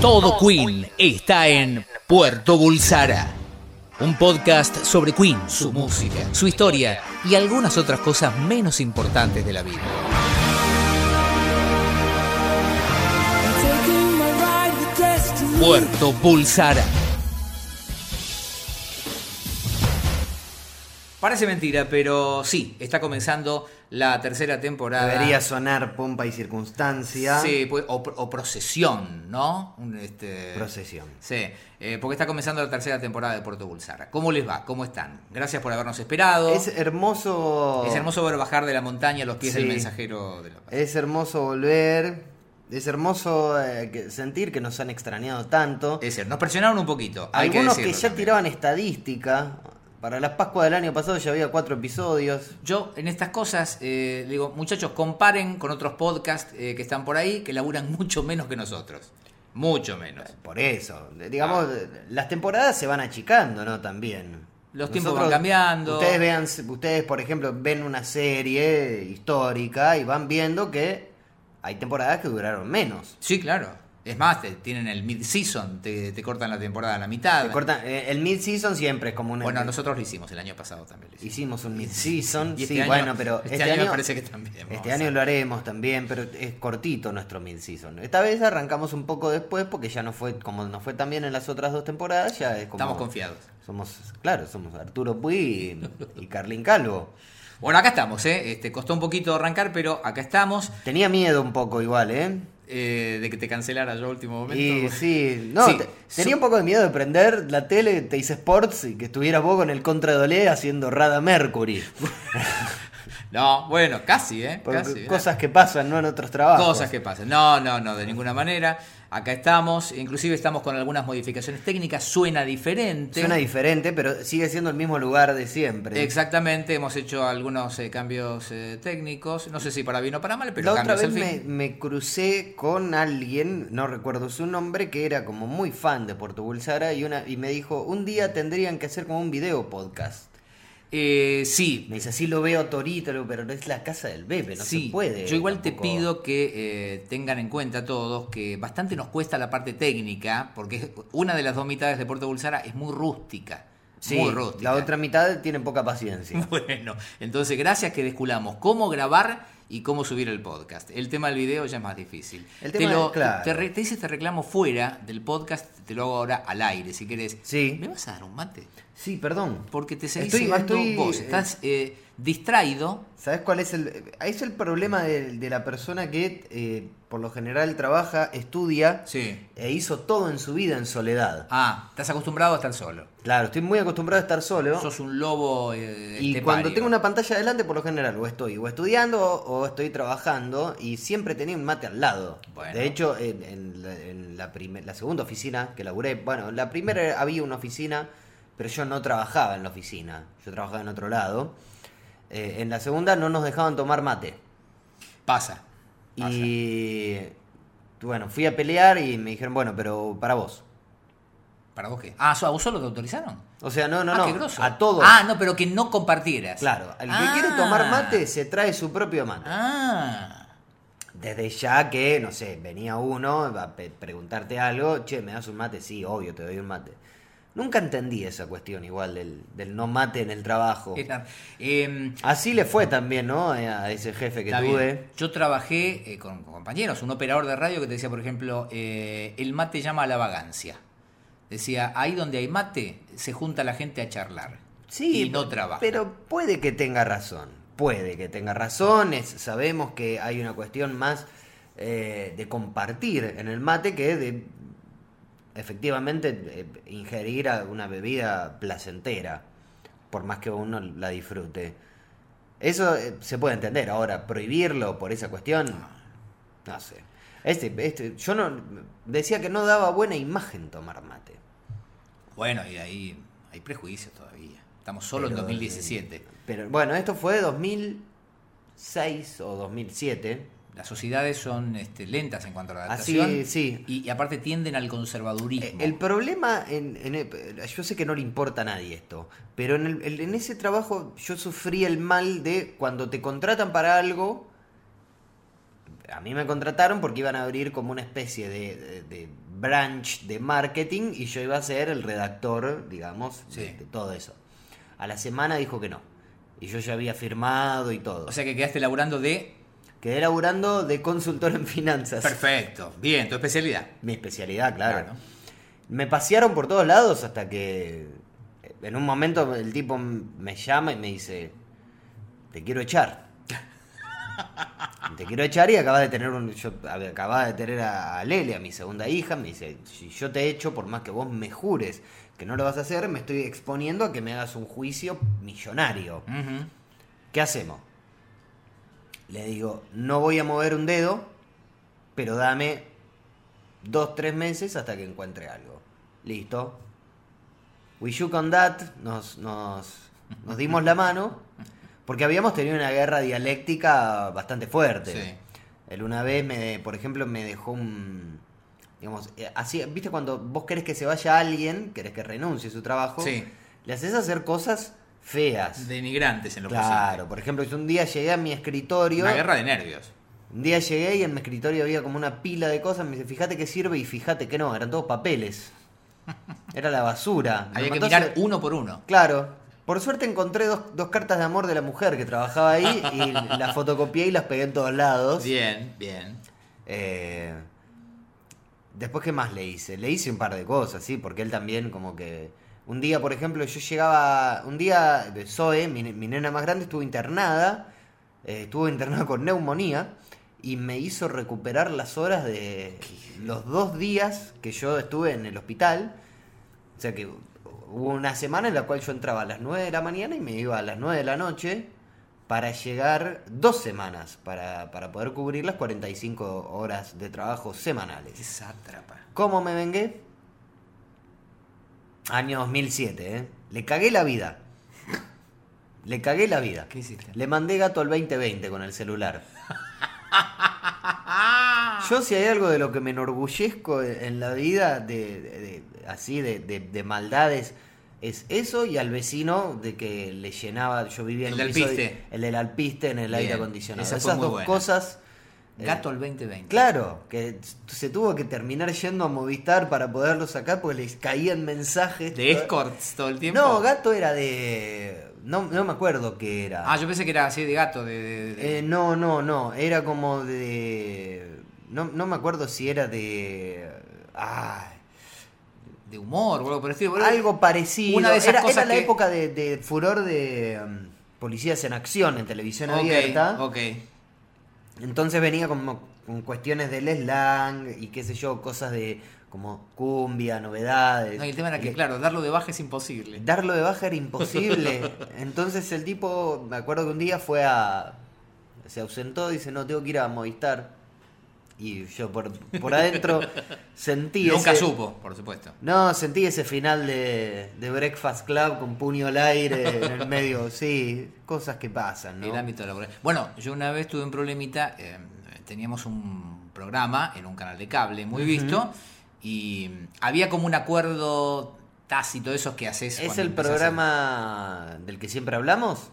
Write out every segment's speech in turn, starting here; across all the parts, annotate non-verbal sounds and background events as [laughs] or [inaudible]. Todo Queen está en Puerto Bulsara. Un podcast sobre Queen, su música, su historia y algunas otras cosas menos importantes de la vida. Puerto Bulsara. Parece mentira, pero sí, está comenzando la tercera temporada. Debería sonar pompa y circunstancia. Sí, pues, o, o procesión, ¿no? Un, este, Procesión. Sí, eh, porque está comenzando la tercera temporada de Puerto Bulsara. ¿Cómo les va? ¿Cómo están? Gracias por habernos esperado. Es Es, hermoso. hermoso ver bajar de la montaña los pies Sí. del mensajero de la paz. Es hermoso volver. Es hermoso eh, que- sentir que nos han extrañado tanto. Es decir, nos presionaron un poquito. hay Algunos que, decirlo ya también. tiraban estadística. Para la Pascua del año pasado ya había cuatro episodios. Yo en estas cosas eh, digo, muchachos, comparen con otros podcasts eh, que están por ahí que laburan [laughs] mucho menos que nosotros. Mucho menos. Por eso. Eh, Digamos, Ah. eh, las temporadas se van achicando, ¿no? También. Los tiempos van cambiando. Ustedes, vean, ustedes, por ejemplo, ven una serie histórica y van viendo que hay temporadas que duraron menos. Sí, claro. Es más, te- tienen el mid-season, te, te cortan la temporada a la mitad. Te cortan- eh, el mid-season siempre es como una. Bueno, nosotros lo hicimos el año pasado también. Lo hicimos. Hicimos un mid-season. Y este sí, año- bueno, pero este año me parece que también vamos Este a año hacer. lo haremos también, pero es cortito nuestro mid-season. Esta vez arrancamos un poco después porque ya no fue como no fue tan bien en las otras dos temporadas. Ya es como. Estamos confiados. Somos, claro, somos Arturo Puy y, y Carlín Calvo. Bueno, acá estamos, ¿eh? Este, costó un poquito arrancar, pero acá estamos. Tenía miedo un poco igual, ¿eh? eh, de que te cancelara yo a último momento. Y sí, no, Sí, te- su- tenía un poco de miedo de prender la tele, te hice Sports y que estuviera vos con el contra de Olé haciendo Rada Mercury. [laughs] No, bueno, casi, ¿eh? Porque Casi, mirá. cosas que pasan, no en otros trabajos. Cosas que pasan. No, no, no, de ninguna manera. Acá estamos. Inclusive estamos con algunas modificaciones técnicas. Suena diferente. Suena diferente, pero sigue siendo el mismo lugar de siempre. Exactamente, hemos hecho algunos eh, cambios eh, técnicos. No sé si para bien o para mal, pero la otra cambios vez al me, fin. me crucé con alguien, no recuerdo su nombre, que era como muy fan de Puerto Bulsara y, una, y me dijo, un día tendrían que hacer como un video podcast. Eh, sí, Me dice, sí lo veo Torito, le digo, pero es la casa del bebé, no sí. se puede. Yo igual te tampoco". pido que eh, tengan en cuenta todos que bastante nos cuesta la parte técnica, porque es- una de las dos mitades de Puerto Bulsara es muy rústica. Sí, muy rústica. la otra mitad tiene poca paciencia. [laughs] Bueno, entonces gracias que desculamos cómo grabar y cómo subir el podcast. El tema del video ya es más difícil. El tema te, lo- es- claro. te, re- te hice este reclamo fuera del podcast, te lo hago ahora al aire, si querés. Sí. ¿Me vas a dar un mate? Sí, perdón. Porque te seguís Estoy- cegando estoy, vos. eh, Estás eh, distraído. ¿Sabes cuál es el...? eh, Es el problema de, de la persona que eh, por lo general trabaja, estudia Sí. e hizo todo en su vida en soledad. Ah, estás acostumbrado a estar solo. Claro, estoy muy acostumbrado a estar solo. Sos un lobo. eh, y estepario. cuando tengo una pantalla delante, por lo general, o estoy o estudiando o, o estoy trabajando y siempre tenía un mate al lado. Bueno. De hecho, en, en la, en la primer- la segunda oficina que laburé, bueno, la primera había una oficina, pero yo no trabajaba en la oficina, yo trabajaba en otro lado. Eh, en la segunda no nos dejaban tomar mate. Pasa. Pasa. Y bueno, fui a pelear y me dijeron, bueno, pero para vos. ¿Para vos qué? Ah, ¿so- ¿a vos solo te autorizaron? O sea, no, no, ah, no, qué grosso. a todos. Ah, no, pero que no compartieras. Claro, el que Ah. quiere tomar mate se trae su propio mate. Ah. Desde ya que, no sé, venía uno a pe- preguntarte algo, che, ¿me das un mate? Sí, obvio, te doy un mate. Nunca entendí esa cuestión igual del, del no mate en el trabajo. Era- eh, Así le fue también, ¿no? Eh, A ese jefe que está bien. tuve. Yo trabajé eh, con, con compañeros, un operador de radio que te decía, por ejemplo, eh, el mate llama a la vagancia. Decía, ahí donde hay mate, se junta la gente a charlar. Sí, y no pe- trabaja. Pero puede que tenga razón. Puede que tenga razones. Sabemos que hay una cuestión más eh, de compartir en el mate que de efectivamente eh, ingerir a una bebida placentera, por más que uno la disfrute. Eso eh, se puede entender. Ahora, prohibirlo por esa cuestión, no sé. Este, este, yo no decía que no daba buena imagen tomar mate. Bueno, y ahí hay prejuicios todavía. Estamos solo en Pero, 2017. eh, Pero bueno, esto fue 2006 o 2007. Las sociedades son este, lentas en cuanto a la Así, adaptación. sí. Y, y aparte tienden al Eh, conservadurismo. El problema, en, en- yo sé que no le importa a nadie esto, pero en, el- el- en ese trabajo yo sufrí el mal de cuando te contratan para algo. A mí me contrataron porque iban a abrir como una especie de, de- de branch de marketing y yo iba a ser el redactor, digamos, Sí. de, de todo eso. A la semana dijo que no. Y yo ya había firmado y todo. O sea que quedaste laburando de... Quedé laburando de consultor en finanzas. Perfecto, bien, tu especialidad. Mi especialidad, claro. Claro. Me pasearon por todos lados hasta que eh, en un momento el tipo m- me llama y me dice, te quiero echar. Te quiero echar y acaba de tener un, yo a ver, acababa de tener a a Lele, a mi segunda hija, me dice, si yo te echo, por más que vos me jures que no lo vas a hacer, me estoy exponiendo a que me hagas un juicio millonario. Ujú. ¿Qué hacemos? Le digo, no voy a mover un dedo, pero dame dos, tres meses hasta que encuentre algo. Listo. We shook on that, nos, nos, nos dimos la mano, porque habíamos tenido una guerra dialéctica bastante fuerte. Sí. Él una vez, me, por ejemplo, me dejó un... Digamos, eh, así, ¿viste cuando vos querés que se vaya alguien, querés que renuncie a su trabajo? Sí. Le haces hacer cosas feas. Denigrantes en lo Claro, por ejemplo, yo un día llegué a mi posible. escritorio. Una guerra de nervios. Un día llegué y en mi escritorio había como una pila de cosas. Me dice, fíjate que sirve y fíjate que no. Eran todos [laughs] papeles. Era la basura. Me Había que mandó a mirar hacer- uno por uno. Claro. Por suerte encontré dos, dos cartas de amor de la mujer que trabajaba ahí [laughs] y las fotocopié y las pegué en todos lados. Bien, bien. Eh, después, ¿qué más le hice? Le hice un par de cosas, sí, porque él también como que... Un día, por ejemplo, yo llegaba... Un día, Zoe, mi, ne- mi nena más grande, estuvo internada. eh, estuvo internada con neumonía. Y me hizo recuperar las horas de los dos días que yo estuve en el hospital. O sea que hubo una semana en la cual yo entraba a las 9 de la mañana y me iba a las 9 de la noche para llegar dos semanas, para, para poder cubrir las 45 horas de trabajo Qué semanales. sátrapa. ¿Cómo me vengué? Año 2007, ¿eh? Le cagué la vida. Le cagué la vida. ¿Qué hiciste? Le mandé gato al 2020 con el celular. ¡Ah! Yo si hay algo de lo que me enorgullezco en la vida, de, de- de- así, de, de- de maldades, es eso y al vecino de que le llenaba, yo vivía en El un del piso alpiste. de- el del alpiste en el Bien, aire acondicionado. esa fue Esas muy dos buena. cosas... eh, Gato al 2020. Claro, que se tuvo que terminar yendo a Movistar para poderlo sacar porque les caían mensajes. ¿De escorts todo el tiempo? No, gato era de... No, no me acuerdo qué era. Ah, yo pensé que era así de gato, de... de- de- Eh, no, no, no. Era como de. No, no me acuerdo si era de. Ah, de humor o algo por el estilo. boludo. algo parecido. una de esas era cosas era la que- época de, de furor de um, policías en acción en televisión Ok, abierta. Ok. Entonces venía como con cuestiones del slang y qué sé yo, cosas de como cumbia, novedades. No, y el tema era que, Le- claro, darlo de baja es imposible. Darlo de baja [laughs] era imposible. Entonces el tipo, me acuerdo que un día fue a. Se ausentó, dice: No, tengo que ir a Movistar. Y yo por, por [laughs] adentro sentí. Nunca ese- supo, por supuesto. No, sentí ese final de, de Breakfast Club con puño al aire en el medio. Sí, cosas que pasan, El ¿no? ámbito laboral. Bueno, yo una vez tuve un problemita, eh, teníamos un programa en un canal de cable muy visto y había como un acuerdo tácito de esos que haces. ¿Es cuando el empezás a- programa del que siempre hablamos?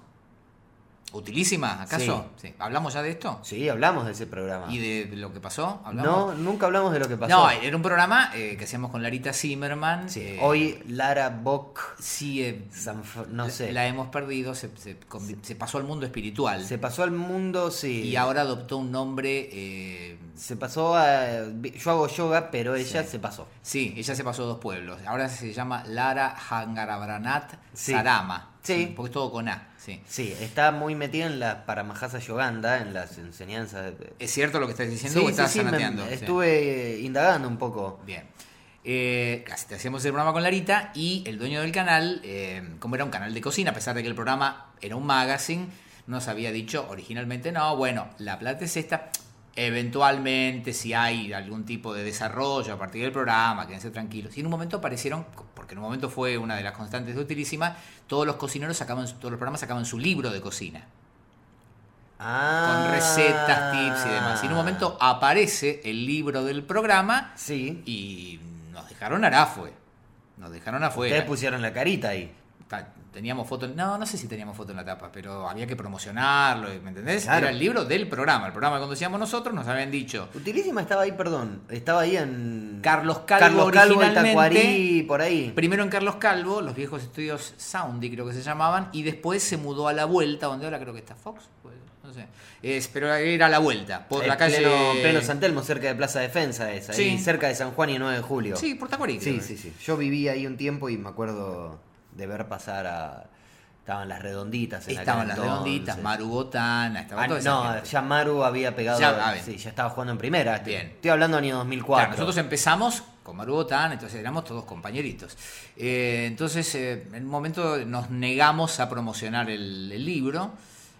¿Utilísima, acaso? Sí. ¿Hablamos ya de esto? Sí, hablamos de ese programa. ¿Y de lo que pasó? No, ¿Hablamos? nunca hablamos de lo que pasó. No, era un programa eh, que hacíamos con Larita Zimmerman. Sí, eh, Hoy Lara Bock, Sí, eh, Sanf- no la- sé. La hemos perdido, se, se convi- se pasó al mundo espiritual. Se pasó al mundo, sí. y ahora adoptó un nombre. eh, Se pasó a. Yo hago yoga, pero ella se pasó. sí, ella se pasó a dos pueblos. Ahora se llama Lara Hangarabranat Sí. Sarama. Sí. Porque es todo con A. Sí. Sí, está muy metida en la Paramahasa Yoganda, en las enseñanzas. de- ¿Es cierto lo que estás diciendo Sí, o sí, estás sí, me- zanateando? Sí. estuve eh, indagando un poco. Bien. Eh, así te hacíamos el programa con Larita y el dueño del canal, eh, como era un canal de cocina, a pesar de que el programa era un magazine, nos había dicho originalmente, no, bueno, la plata es esta. Eventualmente, si hay algún tipo de desarrollo a partir del programa, quédense tranquilos. Y en un momento aparecieron, porque en un momento fue una de las constantes de Utilísima, todos los cocineros sacaban, todos los programas sacaban su libro de cocina Ah. con recetas, tips y demás. Y en un momento aparece el libro del programa Ah, Sí. y nos dejaron arafue. Nos dejaron afuera. Ustedes pusieron la carita ahí. ta- teníamos foto, no, no sé si teníamos foto en la tapa, pero había que promocionarlo, ¿me entendés? Claro. Era el libro del programa, el programa que conducíamos nosotros, nos habían dicho. Utilísima estaba ahí, perdón. Estaba ahí en. Carlos Calvo Carlos Calvo y originalmente. Tacuarí, por ahí. Primero en Carlos Calvo, los viejos estudios Soundy creo que se llamaban, y después se mudó a La Vuelta, donde ahora creo que está Fox, pues, no sé. Es, pero era La Vuelta, por Eh, la calle... Pleno, pleno San Telmo, cerca de Plaza Defensa, esa. Sí. ahí cerca de San Juan y 9 de Julio. Sí, por Tacuarí. Sí, creo. sí, sí. Yo viví ahí un tiempo y me acuerdo de ver pasar a. Estaban las redonditas. En Estaban aquel las entonces. redonditas, Maru Botana, estaba Ah, toda esa no, gente. ya Maru había pegado. Ya, ah, bien. sí, ya estaba jugando en primera. Estoy- Bien. Estoy hablando año 2004. Claro, nosotros empezamos con Maru Botán, entonces éramos todos compañeritos. Eh, entonces, eh, en un momento nos negamos a promocionar el, el libro,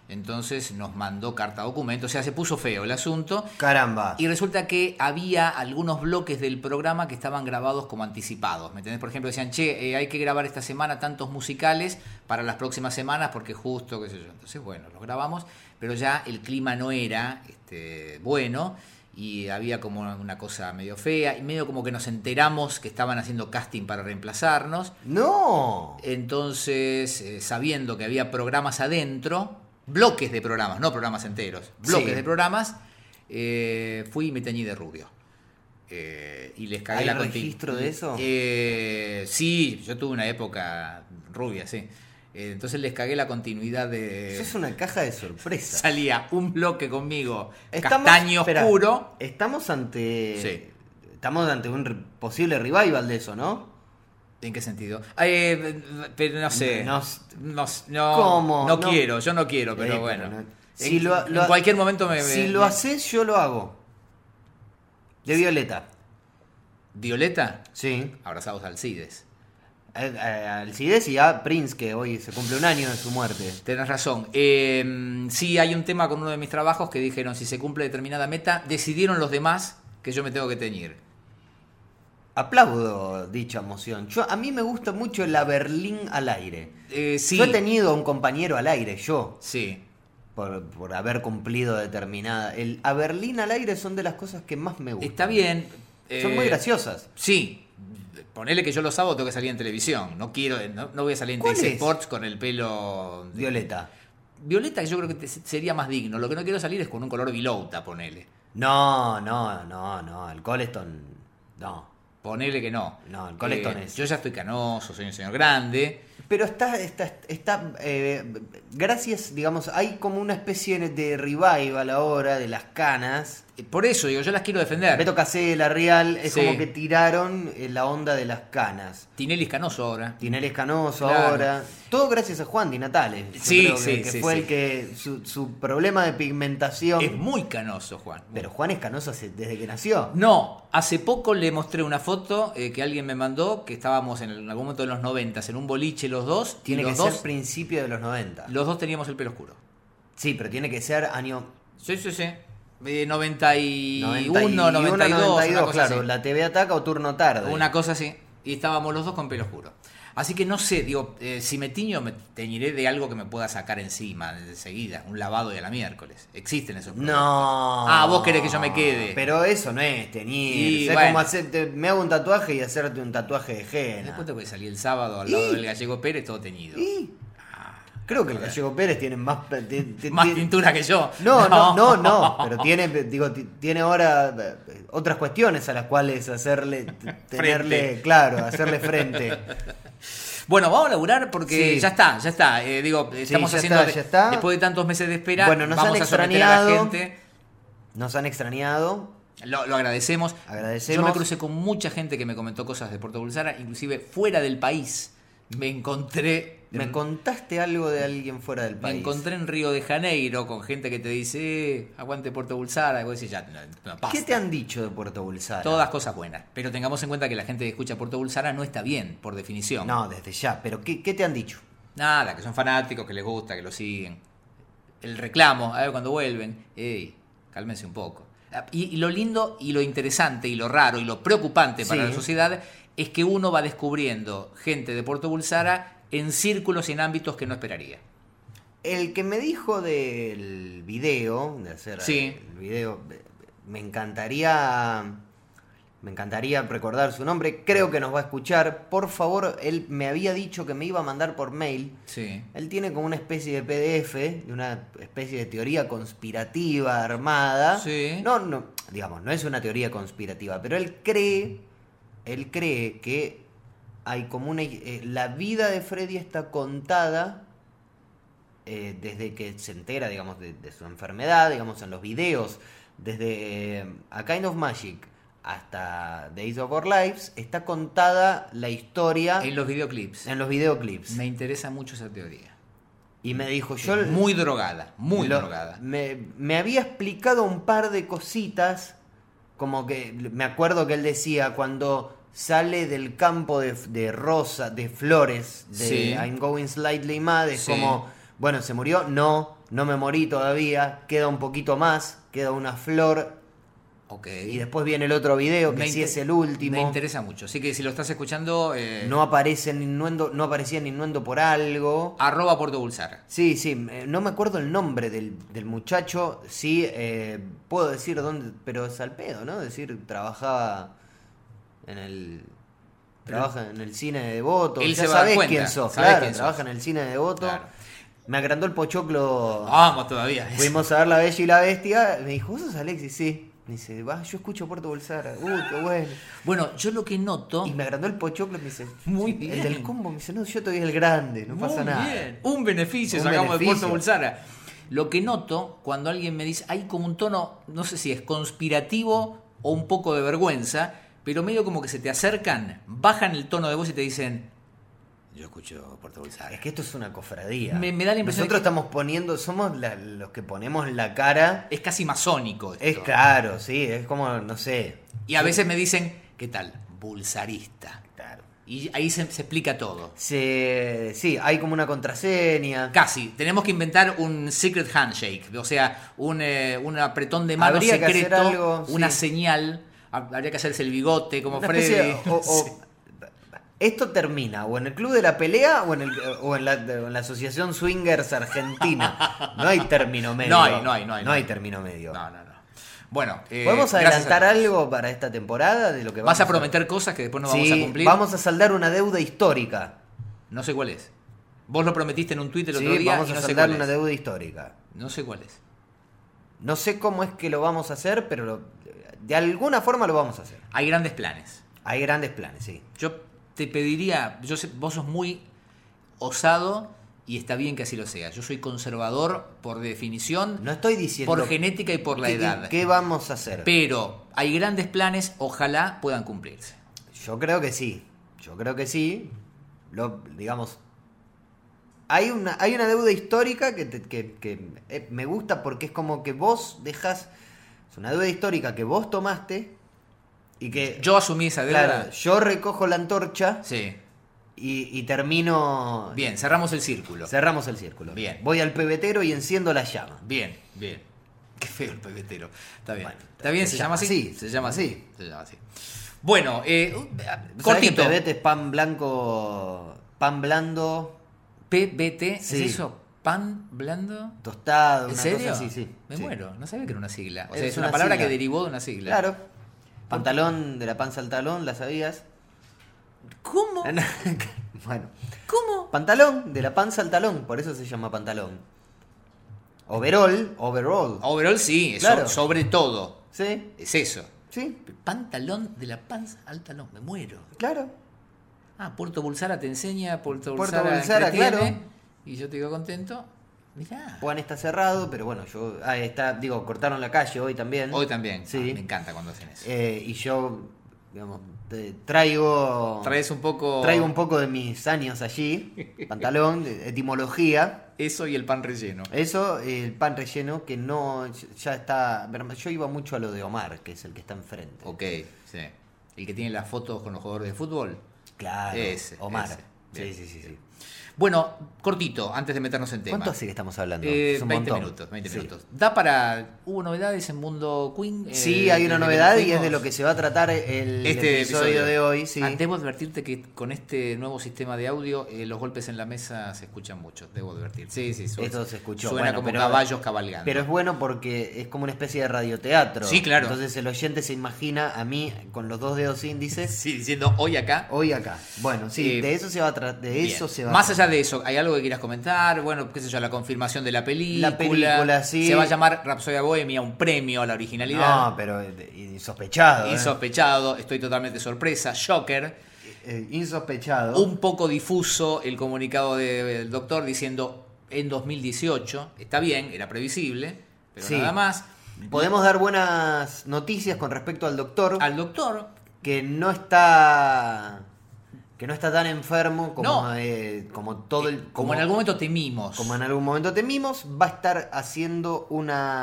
entonces nos mandó carta documento, o sea, se puso feo el asunto. Caramba. Y resulta que había algunos bloques del programa que estaban grabados como anticipados. ¿Me entendés? Por ejemplo, decían, che, eh, hay que grabar esta semana tantos musicales para las próximas semanas porque justo, qué sé yo. Entonces, bueno, los grabamos, pero ya el clima no era este, bueno y había como una cosa medio fea y medio como que nos enteramos que estaban haciendo casting para reemplazarnos. No. Entonces, eh, sabiendo que había programas adentro, bloques de programas, no programas enteros, bloques Sí. de programas, eh, fui y me teñí de rubio. Eh, y les cagué ¿Hay la registro de eso? Eh, sí, yo tuve una época rubia, sí. Eh, entonces les cagué la continuidad de... Eso es una caja de [laughs] sorpresa. Salía un bloque conmigo, Estamos- castaño espera, oscuro. Estamos ante. Sí. Estamos ante un re- posible revival de eso, ¿no? ¿En qué sentido? Eh, pero no sé. No- no, no- ¿Cómo? no No. quiero, yo no quiero, pero Eh, bueno. no- Si Si en, lo- en lo- cualquier momento me. Si me- lo me- haces, yo lo hago. De Violeta. Violeta, Sí. abrazados al CIDES. A- a- Al Cides y a Prince, que hoy se cumple un año de su muerte. Tenés razón. Eh, sí, hay un tema con uno de mis trabajos que dijeron: si se cumple determinada meta, decidieron los demás que yo me tengo que teñir. Aplaudo dicha moción. Yo, a mí me gusta mucho la Berlín al aire. Eh, sí. Yo he tenido a un compañero al aire, yo, Sí. por, por haber cumplido determinada. El a Berlín al aire son de las cosas que más me gustan. Está bien. Son muy eh, graciosas. Sí. Ponele que yo los sábados tengo que salir en televisión. No quiero, no, no voy a salir en ¿Cuál TC es? Sports con el pelo de- Violeta. Violeta yo creo que te- sería más digno. Lo que no quiero salir es con un color vilouta, ponele. No, no, no, no. El Coleston. No. Ponele que no. eh, No, el colectón es. Yo ya estoy canoso, soy un señor grande. Pero está, está, está eh, gracias, digamos, hay como una especie de revival ahora de las canas. Eh, Por eso digo, yo las quiero defender. Beto Casé, La Real, es Sí. como que tiraron eh, la onda de las canas. Tinelli es canoso ahora. Tinel Canoso Claro. ahora. Todo gracias a Juan Di Natale. yo Sí, creo que, sí, que sí, fue sí. el que su, su problema de pigmentación. Es muy canoso, Juan. Pero Juan es canoso hace- desde que nació. No, hace poco le mostré una foto eh, que alguien me mandó, que estábamos en, el- en algún momento de los noventas, en un boliche los dos. y Tiene que los ser dos, principio de los 90. Los dos teníamos el pelo oscuro. Sí, pero tiene que ser año Sí, sí, sí. Eh, 91, 91, 92, una 92, cosa claro. así. La TV ataca o turno tarde. Una cosa así. Y estábamos los dos con pelo oscuro. Así que no sé, digo, eh, si me tiño, me teñiré de algo que me pueda sacar encima enseguida. Un lavado de la miércoles. Existen esos No. productos. Ah, vos querés que yo me quede. Pero eso no es teñir. Y O sea, bueno. como hacerte- me hago un tatuaje y hacerte un tatuaje de henna. Después te voy a salir el sábado al lado Y- del gallego Pérez todo teñido. Y creo que los Gallego Pérez tienen más. pe- ti- ti- Ah, Más ti- pintura que yo. [laughs] No, no, no, no. Pero tiene, digo, ti- tiene ahora eh, otras cuestiones a las cuales hacerle, t- tenerle, claro, hacerle frente. Bueno, vamos a laburar porque Sí. ya está, ya está. Eh, digo, estamos ya haciendo. está, ya está. Después de tantos meses de espera, Bueno, nos vamos han a someter a la extrañado. gente. Nos han extrañado. Lo, lo agradecemos. Agradecemos. Yo me crucé con mucha gente que me comentó cosas de Puerto Bulsara, inclusive fuera del país. Me encontré. Me contaste algo de alguien fuera del Em. me país. encontré en Río de Janeiro con gente que te dice, "Eh, aguante Puerto Bulsara. Y vos decís, ya, no, no, basta. ¿Qué te han dicho de Puerto Bulsara? Todas cosas buenas. Pero tengamos en cuenta que la gente que escucha Puerto Bulsara no está bien, por definición. No, desde ya. Pero ¿qué, qué te han dicho? Nada, que son fanáticos, que les gusta, que lo siguen. El reclamo, a ver cuando vuelven. Ey, cálmense un poco. Y, y lo lindo y lo interesante y lo raro y lo preocupante para Sí. la sociedad es que uno va descubriendo gente de Puerto Bulsara en círculos y en ámbitos que no esperaría. El que me dijo del video, de hacer Sí. el video, me encantaría. Me encantaría recordar su nombre. Creo que nos va a escuchar. Por favor, él me había dicho que me iba a mandar por mail. Sí. Él tiene como una especie de PDF, de una especie de teoría conspirativa armada. Sí. No, no, digamos, no es una teoría conspirativa, pero él cree, él cree que hay como una... eh, la vida de Freddy está contada eh, desde que se entera, digamos, de, de su enfermedad, digamos, en los videos, desde eh, A Kind of Magic hasta Days of Our Lives, está contada la historia En los videoclips. en los videoclips. Me interesa mucho esa teoría. Y me dijo, yo... muy drogada, muy lo- drogada. Me, me había explicado un par de cositas, como que me acuerdo que él decía cuando sale del campo de, de rosa, de flores, de Sí. I'm going slightly mad, es Sí. como, bueno, ¿se murió? No, no me morí todavía, queda un poquito más, queda una flor, Ok. y después viene el otro video, que Me sí inter- es el último. Me interesa mucho. Así que si lo estás escuchando, eh, No aparece en Innuendo, no aparecía en Innuendo por algo. arroba Puerto Bulsara. Sí, sí, eh, no me acuerdo el nombre del, del muchacho, sí, eh, puedo decir dónde, pero es al pedo, ¿no? Decir, trabajaba en el... Trabaja en el cine de Devoto, él ya se va a dar sabés cuenta, quién sos, sabés claro, quién sos. trabaja en el cine de Devoto. Claro. Ah, Me agrandó el pochoclo, Vamos todavía. fuimos a ver La Bella y la Bestia, me dijo, ¿vos sos Alexis? Sí. Me dice, va, yo escucho Puerto Bolsara, uy, [laughs] qué bueno. Bueno, yo lo que noto. Y me agrandó el pochoclo, me dice, Muy el bien. del combo, me dice, no, yo todavía el grande, no pasa Muy nada. bien. Un beneficio Un sacamos de beneficio. Puerto Bulsara. Lo que noto cuando alguien me dice, hay como un tono, no sé si es conspirativo o un poco de vergüenza, pero medio como que se te acercan, bajan el tono de voz y te dicen, yo escucho Puerto Bulsara. Es que esto es una cofradía. Me- me da la impresión Nosotros de que- estamos poniendo, somos la- los que ponemos la cara. Es casi masónico. esto. Es claro, sí, es como, no sé. Y a veces me dicen, ¿qué tal? Bulsarista. Y ahí se, se explica todo. Se, sí, hay como una contraseña. Casi, tenemos que inventar un secret handshake, o sea, un, eh, un apretón de mano Habría que secreto, hacer algo, una sí. señal, ha- habría que hacerse el bigote como Una Freddy. especie- [laughs] o- o- Esto termina o en el club de la pelea o en, el, o en, la, o en la asociación swingers argentina. No hay término medio. No hay, no hay, no hay, No no hay hay. término medio. No, no, no. Bueno, eh, ¿Podemos gracias adelantar a- algo para esta temporada de lo que vamos Vas a prometer cosas que después no vamos Sí, a cumplir. vamos a saldar una deuda histórica. No sé cuál es. Vos lo prometiste en un tuit el Sí, otro día vamos y a no sé saldar cuál una es. deuda histórica. No sé cuál es. No sé cómo es que lo vamos a hacer, pero lo- de alguna forma lo vamos a hacer. Hay grandes planes. Hay grandes planes, sí. Yo te pediría, yo sé, vos sos muy osado y está bien que así lo sea. Yo soy conservador por definición, No estoy diciendo por genética y por la qué, edad. qué vamos a hacer. Pero hay grandes planes, ojalá puedan cumplirse. Yo creo que sí. Yo creo que sí. Lo, digamos. Hay una, hay una deuda histórica que, te- que- que, eh, me gusta porque es como que vos dejas. Es una deuda histórica que vos tomaste y que. Yo asumí esa deuda. claro, yo recojo la antorcha Sí. y, y termino. Bien, cerramos el círculo. Cerramos el círculo. Bien. Voy al pebetero y enciendo la llama. Bien, bien. Qué feo el pebetero. Está bien. Bueno, está bien, se, llama así. Se llama así. Se llama así. Bueno, eh, cortito. ¿Sabés que pebete es pan blanco, pan blando, PBT, ¿es Sí. eso? ¿Pan blando? tostado, ¿En una serio? cosa así, sí. Me sí. muero. No sabía que era una sigla. O Es sea, es, una, una palabra sigla. que derivó de una sigla. Claro. Pantalón de la panza al talón, [laughs] ¿la sabías? ¿Cómo? bueno, ¿Cómo? pantalón de la panza al talón, por eso se llama pantalón. Overall, overall. Overall sí, eso, Claro. sobre todo. ¿Sí? Es eso. ¿Sí? Pantalón de la panza al talón, me muero. Claro. Ah, Puerto Bulsara te enseña, Puerto Puerto Bulsara, Bulsara, entretiene, claro. Y yo te digo contento. Mirá. Juan está cerrado, pero bueno, yo. Ah, está, digo, cortaron la calle hoy también. Hoy también. Sí. Ah, me encanta cuando hacen eso. Eh, y yo, digamos, te- traigo. Traes un poco Traigo un poco de mis años allí, [laughs] pantalón, de- etimología, eso y el pan relleno. eso, el pan relleno que no, ya está, yo iba mucho a lo de Omar, que es el que está enfrente. Ok, sí. El que tiene las fotos con los jugadores de fútbol. Claro, Ese, Omar. ese. Sí, Bien, sí, sí, sí. bien. Bueno, cortito, antes de meternos en tema. ¿Cuánto hace que estamos hablando? Eh, Es un 20 montón. minutos, 20 Sí. minutos. Da para. ¿Hubo novedades en Mundo Queen? Sí, Eh, hay una desde que novedad nos y es de fuimos. lo que se va a tratar el Este episodio, episodio. de hoy. Sí. Ah, debo advertirte que con este nuevo sistema de audio eh, los golpes en la mesa se escuchan mucho, debo advertir. Sí, sí, suena, Esto se escuchó. suena Bueno, como pero- caballos cabalgando. Pero es bueno porque es como una especie de radioteatro. Sí, claro. Entonces el oyente se imagina a mí con los dos dedos índices Sí, diciendo hoy acá. hoy acá. Bueno, sí, Eh, de eso se va a tra- de Bien. eso se va a Más tratar. allá de eso, ¿hay algo que quieras comentar? Bueno, qué sé yo, la confirmación de la película. La película, sí. Se va a llamar Rapsodia Bohemia, un premio a la originalidad. No, pero eh, insospechado. ¿eh? Insospechado, estoy totalmente sorpresa. Shocker. Eh, insospechado. un poco difuso el comunicado de- del doctor diciendo en 2018, está bien, era previsible, pero Sí. nada más. Podemos dar buenas noticias con respecto al doctor Al doctor, que no está que no está tan enfermo como No. eh, como todo el como, en algún momento temimos. como en algún momento temimos, va a estar haciendo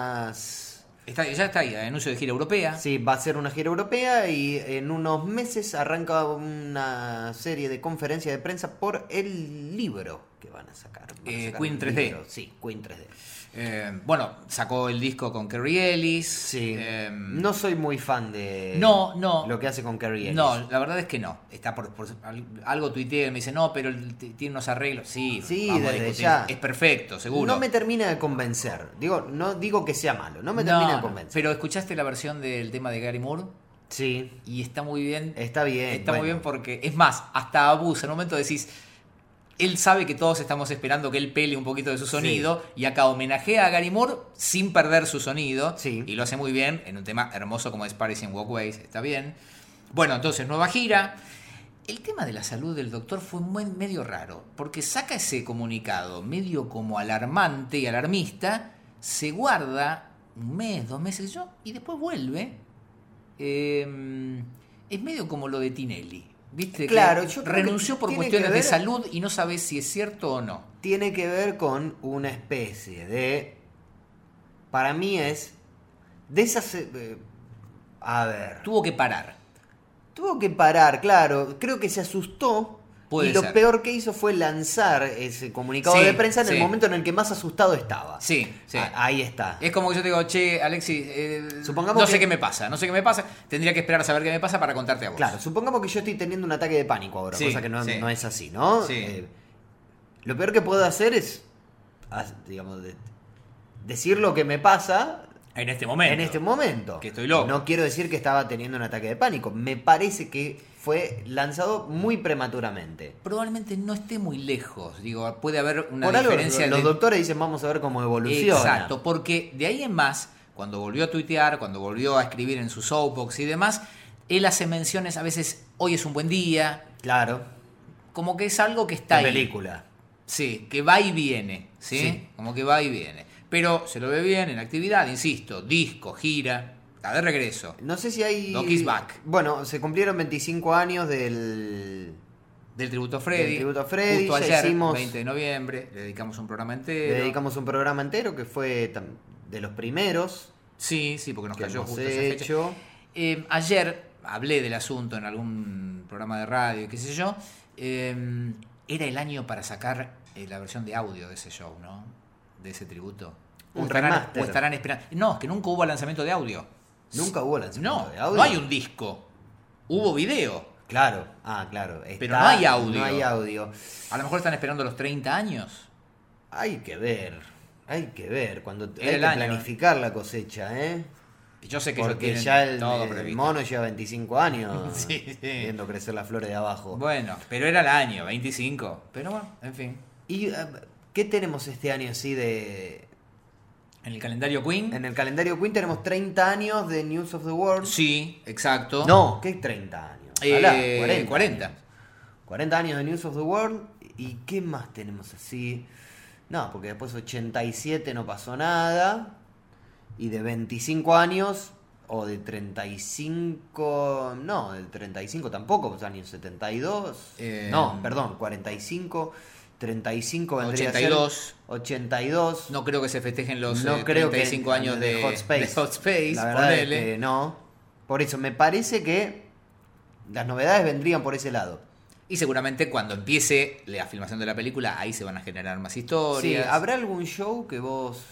unas Está- ya está ahí, anuncio de gira europea. Sí, va a ser una gira europea y en unos meses arranca una serie de conferencias de prensa por el libro que van a sacar. Van a Eh, sacar Queen un 3D. libro. Sí, Queen 3D. Eh, bueno, sacó el disco con Kerry Ellis. Sí. eh, no soy muy fan de No, no. lo que hace con Carrie Ellis. no, la verdad es que no. Está por, por- al- algo tuiteé, me dice, no, pero el- t- tiene unos arreglos. Sí, Sí, vamos a desde discutir. ya. Es perfecto, seguro. No me termina de convencer. Digo, no digo que sea malo, no me No, termina de no, convencer. Pero escuchaste la versión del tema de Gary Moore Sí, y está muy bien. está bien. Está muy bueno. bien porque, es más, hasta abusa. En un momento decís, él sabe que todos estamos esperando que él pele un poquito de su sonido y acá homenajea a Gary Moore sin perder su sonido. Sí. Y lo hace muy bien en un tema hermoso como es Paris in Walkways. Está bien. Bueno, entonces, nueva gira. El tema de la salud del doctor fue muy- medio raro, porque saca ese comunicado medio como alarmante y alarmista, se guarda un mes, dos meses yo, y después vuelve. Eh, es medio como lo de Tinelli, ¿viste? Que Claro, yo creo que renunció por tiene que cuestiones de ver- salud y no sabes si es cierto o no. tiene que ver con una especie de. Para mí es. De esas. eh, a ver. Tuvo que parar. Tuvo que parar, claro. Creo que se asustó. Puede y lo ser. peor que hizo fue lanzar ese comunicado Sí, de prensa en sí. el momento en el que más asustado estaba. Sí, sí. A- ahí está. Es como que yo te digo, che, Alexis, eh, ah. Supongamos no que- sé qué me pasa, no sé qué me pasa, tendría que esperar a saber qué me pasa para contarte a vos. Claro, supongamos que yo estoy teniendo un ataque de pánico ahora, Sí, cosa que no, sí. no es así, ¿no? Eh, Sí. lo peor que puedo hacer es. ah, digamos, de- decir lo que me pasa En este momento. En este momento. Que estoy loco. No quiero decir que estaba teniendo un ataque de pánico. Me parece que fue lanzado muy prematuramente. probablemente no esté muy lejos. Digo, puede haber una Por algo, diferencia los de- doctores dicen vamos a ver cómo evoluciona. Exacto, porque de ahí en más, cuando volvió a tuitear, cuando volvió a escribir en su soapbox y demás, él hace menciones a veces, hoy es un buen día, Claro. como que es algo que está La ahí. película. Sí, que va y viene, ¿sí? Sí. Como que va y viene. Pero se lo ve bien en actividad, insisto, disco, gira, está de regreso. No sé si hay... Doc is back. Bueno, se cumplieron 25 años del... Del tributo a Freddy. Del tributo a Freddy, Justo ya ayer, hicimos- 20 de noviembre, le dedicamos un programa Le entero. dedicamos un programa entero que fue tam- de los primeros Sí, sí, porque nos que cayó hemos justo esa fecha. hecho. Eh, ayer hablé del asunto en algún programa de radio, qué sé yo. Eh, era el año para sacar eh, la versión de audio de ese show, ¿no? De ese tributo. Un o, estarán, remaster. o estarán esperando. No, es que nunca hubo lanzamiento de audio. Nunca hubo lanzamiento No, de audio. no hay un disco. Hubo video. Claro. Ah, claro. Pero Está- no hay audio. No hay audio. A lo mejor están esperando los 30 años. Hay que ver, hay que ver, cuando Era hay el que año, planificar la cosecha, ¿eh? Yo sé que ellos Porque tienen ya el, todo el previsto. mono lleva 25 [laughs] años Sí, sí. viendo crecer las flores de abajo. Bueno, pero era el año, 25. Pero bueno, en fin. ¿Y eh, qué tenemos este año así de...? En el calendario Queen. En el calendario Queen tenemos 30 años de News of the World. Sí, exacto. No, ¿qué 30 años? Eh, Ojalá, 40. 40 años de News of the World. ¿Y qué más tenemos así? No, porque después 87 no pasó nada. Y de 25 años, o de 35, no, de 35 tampoco, pues años 72. Eh, no, perdón, 45, 35 vendría a 82. ser 82. No creo que se festejen los No eh, creo que 35 años de, Hot Space. de Hot Space, La verdad es ponele. que no. Por eso me parece que las novedades vendrían por ese lado. Y seguramente cuando empiece la filmación de la película, ahí se van a generar más Sí, historias. ¿habrá algún show que vos...?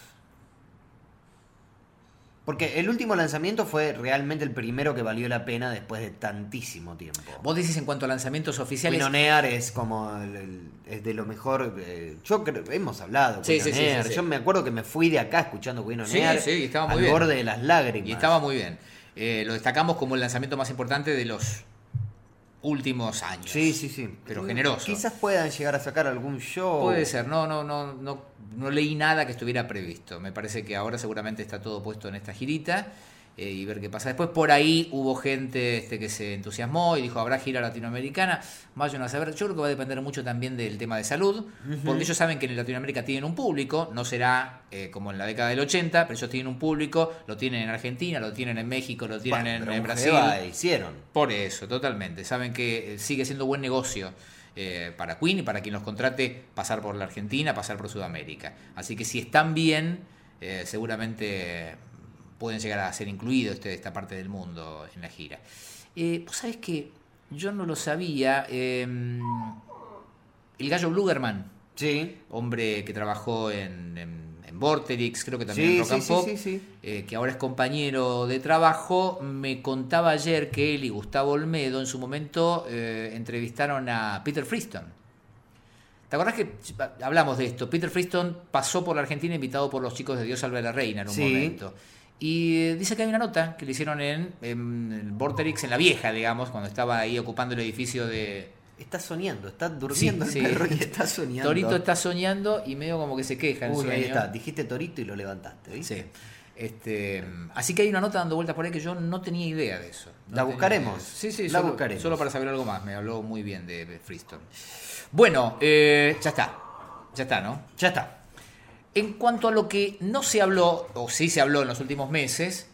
Porque el último lanzamiento fue realmente el primero que valió la pena después de tantísimo tiempo. Vos decís en cuanto a lanzamientos oficiales. Quinonear es como el- el- es de lo mejor. eh, yo creo, hemos hablado. Sí, sí, sí, Quinonear. sí, sí. Yo me acuerdo que me fui de acá escuchando Quinonear Sí, sí, y estaba muy al bien. borde de las lágrimas. Y estaba muy bien. Eh, lo destacamos como el lanzamiento más importante de los últimos años. Sí, sí, sí. Pero generoso. Quizás puedan llegar a sacar algún show. Puede ser, no, no, no, no, no leí nada que estuviera previsto. Me parece que ahora seguramente está todo puesto en esta girita eh, y ver qué pasa. Después por ahí hubo gente este, que se entusiasmó y dijo, habrá gira latinoamericana, vayan a saber. Yo creo que va a depender mucho también del tema de salud, porque ellos saben que en Latinoamérica tienen un público, no será eh, como en la década del 80, pero ellos tienen un público, lo tienen en Argentina, lo tienen en México, lo tienen Bueno, en- pero en, Mujer Brasil. Eva hicieron. Por eso, totalmente. Saben que eh, sigue siendo buen negocio eh, para Queen y para quien los contrate pasar por la Argentina, pasar por Sudamérica. Así que si están bien, eh, seguramente pueden llegar a ser incluidos este- esta parte del mundo en la gira. Eh, Vos sabés que yo no lo sabía. eh, el gallo Blugerman, Sí. hombre que trabajó en, en, en Vorterix, creo que también en Rock sí, and sí, Pop, sí, sí. eh, que ahora es compañero de trabajo, me contaba ayer que él y Gustavo Olmedo en su momento eh, entrevistaron a Peter Freeston. ¿Te acordás que hablamos de esto? Peter Freeston pasó por la Argentina invitado por los chicos de Dios Salve a la Reina en un Sí. momento. Y eh, dice que hay una nota que le hicieron en, en el Vorterix, en la vieja, digamos, cuando estaba ahí ocupando el edificio de... Está soñando, está durmiendo Sí, el sí. perro y está soñando. Torito está soñando y medio como que se queja. en Uy, ahí sueño. está. Dijiste Torito y lo levantaste. ¿viste? Sí. Este, así que hay una nota dando vueltas por ahí que yo no tenía idea de eso. No La tenía buscaremos. idea. Sí, sí, La solo, buscaremos. solo para saber algo más. Me habló muy bien de Freestone. Bueno, eh, ya está. Ya está, ¿no? Ya está. En cuanto a lo que no se habló, o sí se habló en los últimos meses,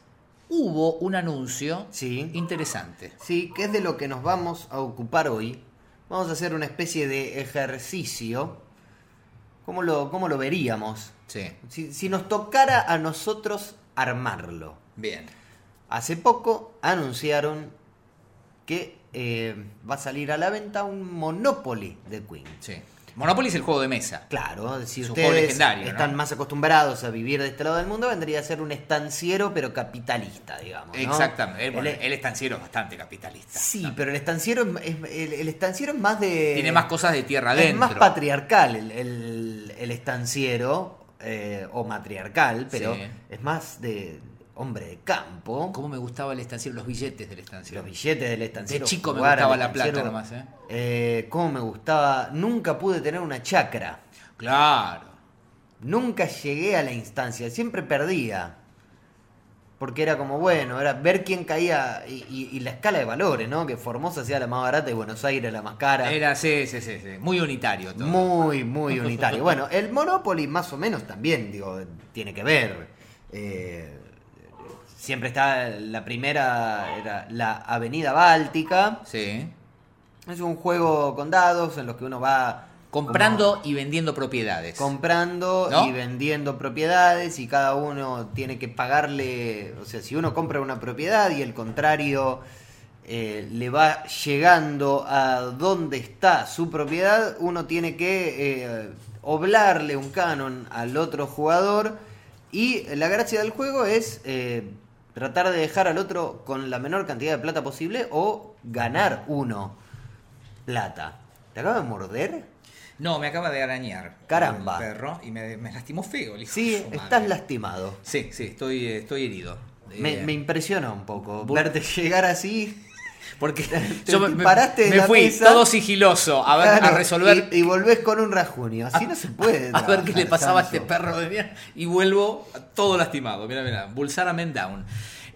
hubo un anuncio Sí. interesante. Sí, que es de lo que nos vamos a ocupar hoy. Vamos a hacer una especie de ejercicio. ¿Cómo lo, cómo lo veríamos? Sí. Si, si nos tocara a nosotros armarlo. Bien. Hace poco anunciaron que eh, va a salir a la venta un Monopoly de Queen. Sí. Monopoly es el juego de mesa. Claro, si Es un juego ustedes legendario, ¿no? están más acostumbrados a vivir de este lado del mundo, vendría a ser un estanciero, pero capitalista, digamos. ¿no? Exactamente. Eh, bueno, El- el, estanciero es bastante capitalista. Sí, pero el estanciero es, es- el, el estanciero es más de. Tiene más cosas de tierra Es adentro. más patriarcal el, el- el estanciero, eh, o matriarcal, pero Sí. es más de hombre de campo. ¿Cómo me gustaba el estanciero? Los billetes del estanciero. Los billetes del estanciero. De chico me jugar al gustaba la plata estanciero. nomás, ¿eh? Eh, Cómo me gustaba. Nunca pude tener una chacra. Claro. Nunca llegué a la instancia. Siempre perdía. Porque era como, bueno, era ver quién caía y, y- y la escala de valores, ¿no? Que Formosa sea la más barata y Buenos Aires la más cara. Era, sí, sí, sí, sí. Muy unitario todo. [laughs] Muy, muy unitario. Bueno, el Monopoly más o menos también, digo, tiene que ver. Eh, siempre está la primera, era la Avenida Báltica. Sí. Es un juego con dados en los que uno va Comprando y vendiendo propiedades. como comprando ¿No? y vendiendo propiedades y cada uno tiene que pagarle, o sea, si uno compra una propiedad y el contrario eh, le va llegando a donde está su propiedad, uno tiene que eh, oblarle un canon al otro jugador y la gracia del juego es eh, tratar de dejar al otro con la menor cantidad de plata posible o ganar uno plata. ¿Te acaba de morder? No, me acaba de arañar. Caramba. El perro y me, me lastimó feo. el hijo de Sí, su madre. estás lastimado. Sí, sí, estoy, eh, estoy herido. Me, Eh, me impresiona un poco verte llegar así. porque [laughs] [laughs] te yo me, me- paraste de me la fui mesa. todo sigiloso a, ver, a Claro, resolver Y, y volvés con un rajuño. Así no se puede. [laughs] a ver qué le trabajar, pasaba a Sanso. este perro de mierda y vuelvo todo lastimado. Mira, mira, Bulsaramen down.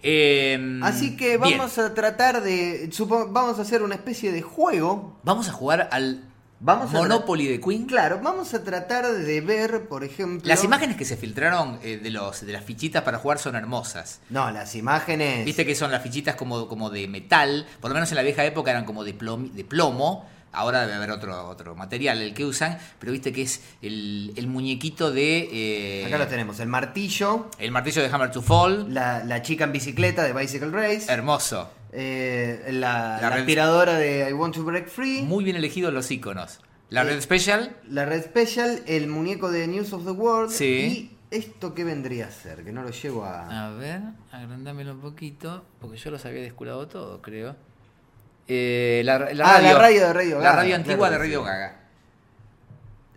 Eh, Así que bien. vamos a tratar de. supo- vamos a hacer una especie de juego. Vamos a jugar al Vamos a tra- Monopoly de Queen. Claro, vamos a tratar de ver, por ejemplo. Las imágenes que se filtraron eh, de, los, de las fichitas para jugar son hermosas. No, las imágenes. Viste que son las fichitas como, como de metal, por lo menos en la vieja época eran como de, plom- de plomo, Ahora debe haber otro, otro material, el que usan, pero viste que es el, el muñequito de. eh, Acá lo tenemos, el martillo, El martillo de Hammer to Fall. la, la chica en bicicleta de Bicycle Race, Hermoso. eh, la, La la red- aspiradora de I Want to Break Free, Muy bien elegidos los iconos. La Eh, Red Special, la Red Special, el muñeco de News of the World Sí. y esto que vendría a ser, que no lo llevo a... A ver, agrandámelo un poquito, porque yo los había desculado todo, creo. Eh, la, Ah, la radio de Radio la Gaga, radio antigua claro de que Radio sí. Gaga.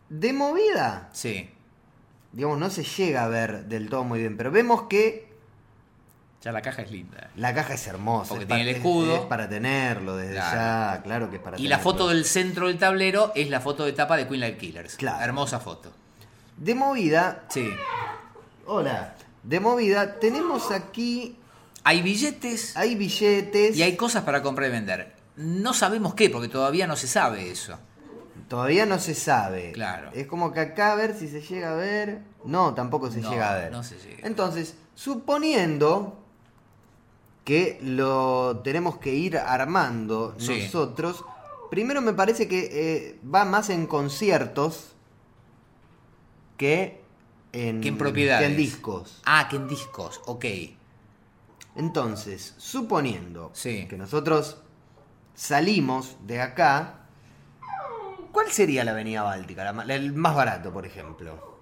De movida. Sí, Digamos, no se llega a ver del todo muy bien, pero vemos que ya la caja es linda. la caja es hermosa. Porque es tiene pa- el es- escudo. Es, para tenerlo desde Claro. ya, claro que es para Y la tenerlo. foto del centro del tablero es la foto de tapa de Queen Live Killers. Claro. Hermosa foto. De movida, Sí. hola, de movida, tenemos aquí, Hay billetes hay billetes, y hay cosas para comprar y vender. No sabemos qué, porque todavía no se sabe eso. todavía no se sabe. Claro. Es como que acá a ver si se llega a ver. No, tampoco se No, llega a ver. no se llega. Entonces, suponiendo que lo tenemos que ir armando Sí. nosotros, primero me parece que eh, va más en conciertos que en, Que en propiedades. que en discos. Ah, que en discos, ok. Entonces, suponiendo Sí. que nosotros salimos de acá, ¿cuál sería la avenida Báltica? La ma- la- el más barato, por ejemplo.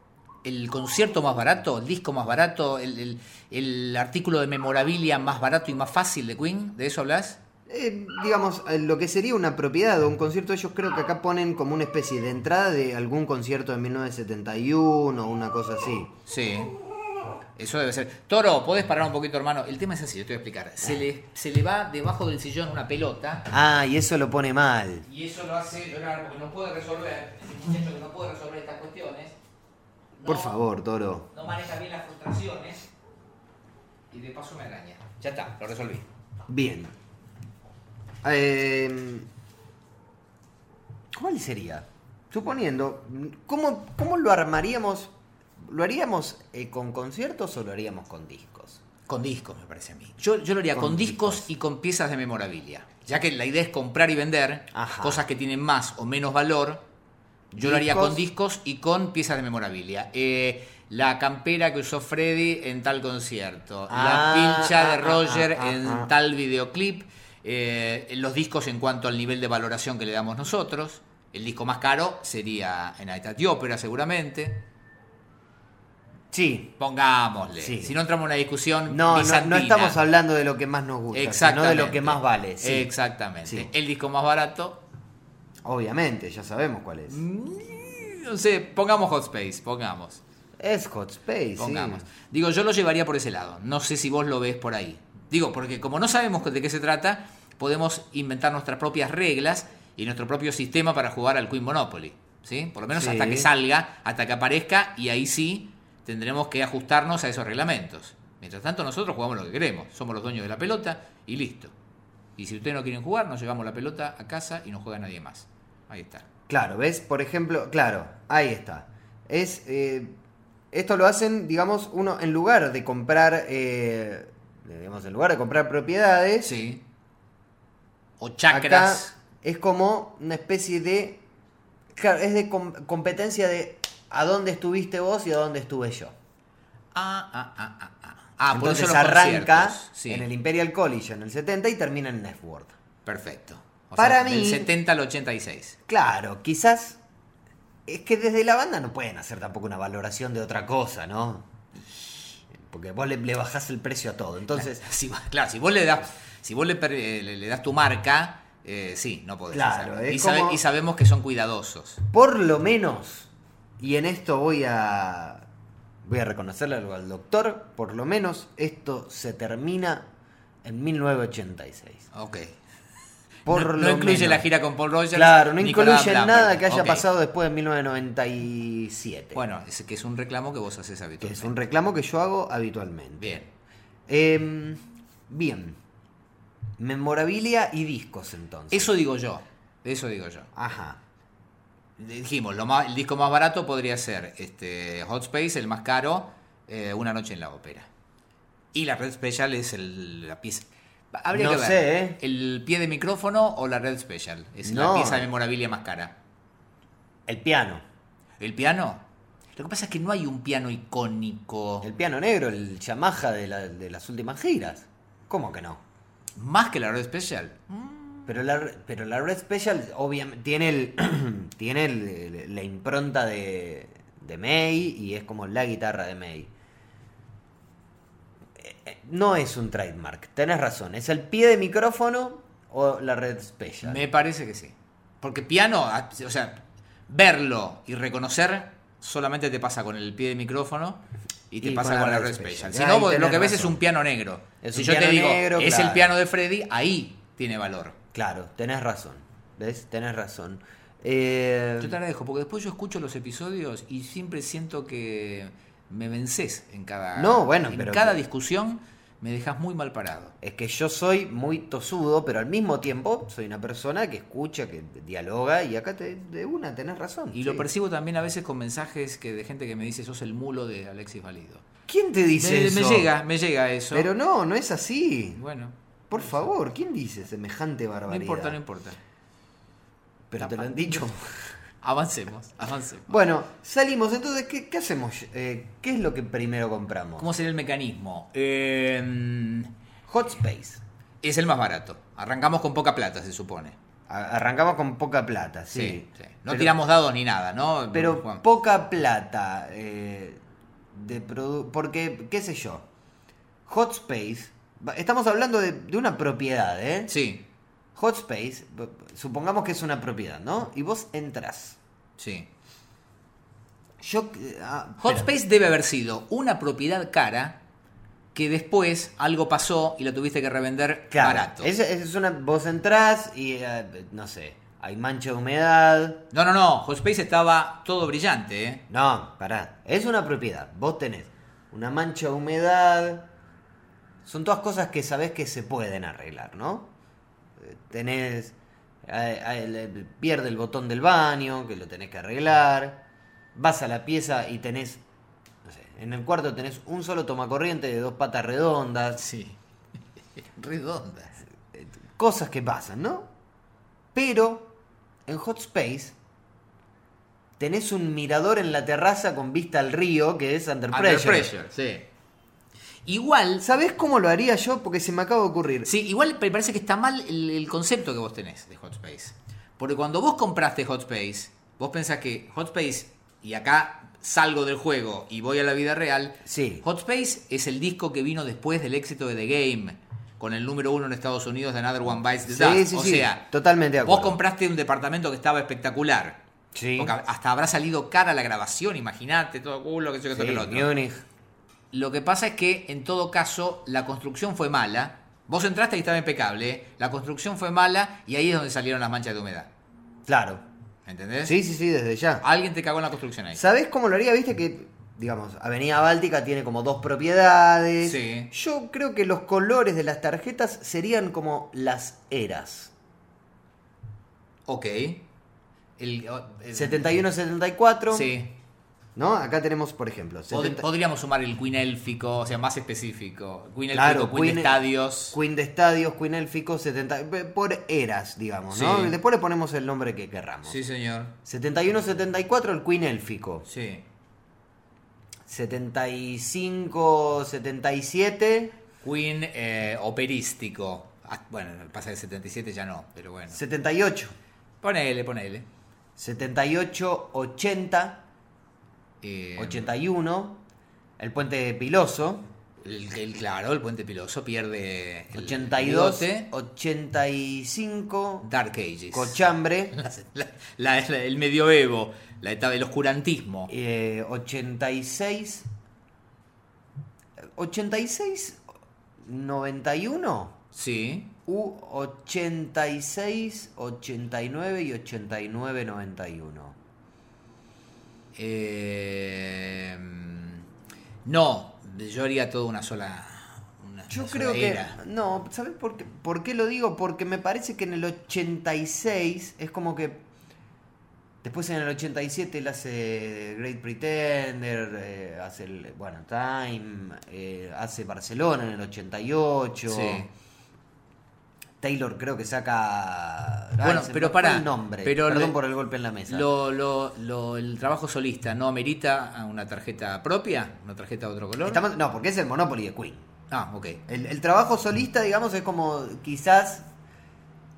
El concierto más barato, el disco más barato, el, el- el artículo de memorabilia más barato y más fácil de Queen, ¿de eso hablas? Eh, digamos, eh, lo que sería una propiedad o un concierto, ellos creo que acá ponen como una especie de entrada de algún concierto de 1971 o una cosa así. Sí. Eso debe ser. Toro, ¿podés parar un poquito, hermano? El tema es así, yo te voy a explicar. Se le, se le va debajo del sillón una pelota Ah, y eso lo pone mal. y eso lo hace llorar porque no puede resolver, el muchacho que no puede resolver estas cuestiones. no- Por favor, Toro. No maneja bien las frustraciones y de paso me araña. Ya está, lo resolví. Bien. Eh, ¿Cuál sería? Suponiendo, ¿cómo, cómo lo armaríamos? ¿Lo haríamos eh, con conciertos o lo haríamos con discos? Con discos, me parece a mí. Yo, yo lo haría con, Con discos, discos. y con piezas de memorabilia. Ya que la idea es comprar y vender Ajá. cosas que tienen más o menos valor. Yo lo haría Discos. con discos y con piezas de memorabilia. Eh, la campera que usó Freddy en tal concierto. la Ah, pincha de ah, Roger ah, ah, en ah. tal videoclip. eh, los discos en cuanto al nivel de valoración que le damos nosotros. El disco más caro sería en Night at the Opera, seguramente. Sí. Pongámosle. Sí. Si no entramos en una discusión. No, no, no bizantina. estamos hablando de lo que más nos gusta, sino Exactamente. de lo que más vale. sí. Exactamente. Sí. El disco más barato. Obviamente, ya sabemos cuál es. mm, No sé, pongamos Hot Space, pongamos. Es Hot Space. sí. Pongamos. Digo, yo lo llevaría por ese lado. No sé si vos lo ves por ahí. Digo, porque como no sabemos de qué se trata, podemos inventar nuestras propias reglas y nuestro propio sistema para jugar al Queen Monopoly. ¿Sí? Por lo menos Sí. hasta que salga, hasta que aparezca, y ahí sí tendremos que ajustarnos a esos reglamentos. Mientras tanto, nosotros jugamos lo que queremos. Somos los dueños de la pelota y listo. Y si ustedes no quieren jugar, nos llevamos la pelota a casa y no juega nadie más. Ahí está. Claro, ¿ves? Por ejemplo, claro, ahí está. Es, eh, esto lo hacen, digamos, uno en lugar de comprar, eh, digamos, en lugar de comprar propiedades, Sí. O acá chakras. es como una especie de, claro, es de com- competencia de a dónde estuviste vos y a dónde estuve yo. Ah, ah, ah, ah, ah. Ah, por eso Entonces los arranca conciertos. Sí, en el Imperial College en el 70 y termina en Network. Perfecto. O Para Del mí- 70 al 86. Claro, quizás es que desde la banda no pueden hacer tampoco una valoración de otra cosa, ¿no? Porque vos le, le bajás el precio a todo. Entonces, Si, va- claro, si vos le das, si vos le, per- eh, le- le das tu marca, eh, sí, no podés Claro, hacerlo. es y, sabe- como- y sabemos que son cuidadosos. por lo menos, y en esto voy a voy a reconocerle algo al doctor, por lo menos esto se termina en 1986. Ok. Por no no lo incluye menos. la gira con Paul Rogers. Claro, no ni incluye con Adam nada Lambert. que haya Ok. pasado después de 1997. Bueno, es que es un reclamo que vos haces que es habitualmente. un reclamo que yo hago habitualmente. Bien. Em, bien. Memorabilia y discos entonces. Eso digo yo. Eso digo yo. Ajá. Dijimos, lo más- el disco más barato podría ser este, Hot Space, el más caro, eh, Una Noche en la Ópera. Y la Red Special es el- la pieza Habría No que ver. sé, ¿eh? ¿El pie de micrófono o la red special? Es No. la pieza de memorabilia más cara. El piano. ¿El piano? Lo que pasa es que no hay un piano icónico. El piano negro, el Yamaha de, la- de las últimas giras. ¿Cómo que no? Más que la red special. Pero la, pero la Red Special obviamente tiene, el, [clears throat] tiene el- la impronta de, de May y es como la guitarra de May. Eh, eh, No es un trademark, tenés razón. ¿Es el pie de micrófono o la Red Special? Me parece que sí. Porque piano, a- o sea, verlo y reconocer solamente te pasa con el pie de micrófono y te Y pasa con, la red special. Si Ahí no, vos tenés lo que ves es razón. un piano negro. Es si un yo te piano digo, negro, es claro. el piano de Freddy, ahí tiene valor. Claro, tenés razón. ¿Ves? Tenés razón. Eh, Yo te agradezco, porque después yo escucho los episodios y siempre siento que me vences en cada, No, bueno, en pero- cada discusión, me dejas muy mal parado. Es que yo soy muy tosudo, pero al mismo tiempo soy una persona que escucha, que dialoga, y acá te, de una tenés razón. Y lo sí. percibo también a veces con mensajes que de gente que me dice, sos el mulo de Alexis Valido. ¿Quién te dice me, eso? me llega, me llega eso. Pero no, no es así. Bueno, Por favor, ¿quién dice semejante no barbaridad? importa, no importa. Pero te lo han dicho. Avancemos, avancemos. Bueno, salimos, entonces, ¿qué, qué hacemos? Eh, ¿Qué es lo que primero compramos? ¿Cómo sería el mecanismo? Eh, Hot Space. es el más barato. Arrancamos con poca plata, se supone. A- arrancamos con poca plata, sí. Sí, sí. No Pero- tiramos dados ni nada, ¿no? Pero Juan? poca plata. eh, de produ- porque, qué sé yo. Hot Space. va- Estamos hablando de, de una propiedad, ¿eh? Sí, Hot Space, b- supongamos que es una propiedad, ¿no? Y vos entras. sí. Yo. eh, ah, Hot espera. Space debe haber sido una propiedad cara que después algo pasó y la tuviste que revender Claro, barato. Es, es una, vos entrás y, eh, no sé, hay mancha de humedad. No, no, no. Hot Space estaba todo brillante, ¿eh? No, pará. Es una propiedad. Vos tenés una mancha de humedad. Son todas cosas que sabés que se pueden arreglar, ¿no? Eh, Tenés... eh, eh, le- pierde el botón del baño, que lo tenés que arreglar. Vas a la pieza y tenés... No sé, en el cuarto tenés un solo tomacorriente de dos patas redondas. Sí. [laughs] Redondas. cosas que pasan, ¿no? Pero en Hot Space tenés un mirador en la terraza con vista al río que es Under Pressure. Under pressure, sí. Igual, ¿Sabés cómo lo haría yo? Porque se me acaba de ocurrir. Sí, igual me parece que está mal el, el concepto que vos tenés de Hot Space. Porque cuando vos compraste Hot Space, vos pensás que Hot Space, y acá salgo del juego y voy a la vida real, Sí. Hot Space es el disco que vino después del éxito de The Game, con el número uno en Estados Unidos de Another One Bites the Dust. Sí, sí, o sí, sea, totalmente de vos acuerdo. compraste un departamento que estaba espectacular. Sí. Porque hasta habrá salido cara la grabación, imagínate, todo culo, que sé yo, que todo Sí, el otro. Múnich. Lo que pasa es que, en todo caso, la construcción fue mala. Vos entraste y estaba impecable. ¿eh? La construcción fue mala y ahí es donde salieron las manchas de humedad. Claro. ¿Entendés? Sí, sí, sí, desde ya. Alguien te cagó en la construcción ahí. ¿Sabés cómo lo haría? Viste que, digamos, Avenida Báltica tiene como dos propiedades. Sí. Yo creo que los colores de las tarjetas serían como las eras. Ok. El, o- el- 71-74. Sí. ¿No? Acá tenemos, por ejemplo, Pod- 70 Podríamos sumar el Queen Élfico, o sea, más específico. Queen Élfico, Claro, Queen, Queen- de Estadios. Queen de Estadios, Queen Élfico, 70, p- por eras, digamos, ¿no? Sí. Después le ponemos el nombre que querramos. Sí, señor. 71-74 el Queen Élfico. Sí. 75-77, Queen eh, operístico. Ah, Bueno, pasa del 77 ya no, pero bueno. 78. Ponele, ponele. 78-80, Eh, 81, el Puente Piloso. El, el- claro, el puente piloso pierde el 82, bigote. 85, Dark Ages. Cochambre. [laughs] La- la- la- el medioevo, la etapa del oscurantismo. Eh, 86. 86, 91 Sí. u 86, 89 y 89, 91. Eh, no, yo haría toda una sola. una- Yo una creo sola que... era. No, ¿sabes por qué, por qué lo digo? Porque me parece que en el 86 es como que... Después en el 87 él hace Great Pretender, eh, hace el, bueno, Time, eh, hace Barcelona en el 88. Sí. Taylor creo que saca... Ay, Bueno, se me pero fue para. El nombre. Pero Perdón lo- por el golpe en la mesa. Lo, lo- lo- el trabajo solista no amerita a una tarjeta propia, una tarjeta de otro color. Estamos- no, porque es el Monopoly de Queen. Ah, ok. El, el trabajo solista, digamos, es como quizás...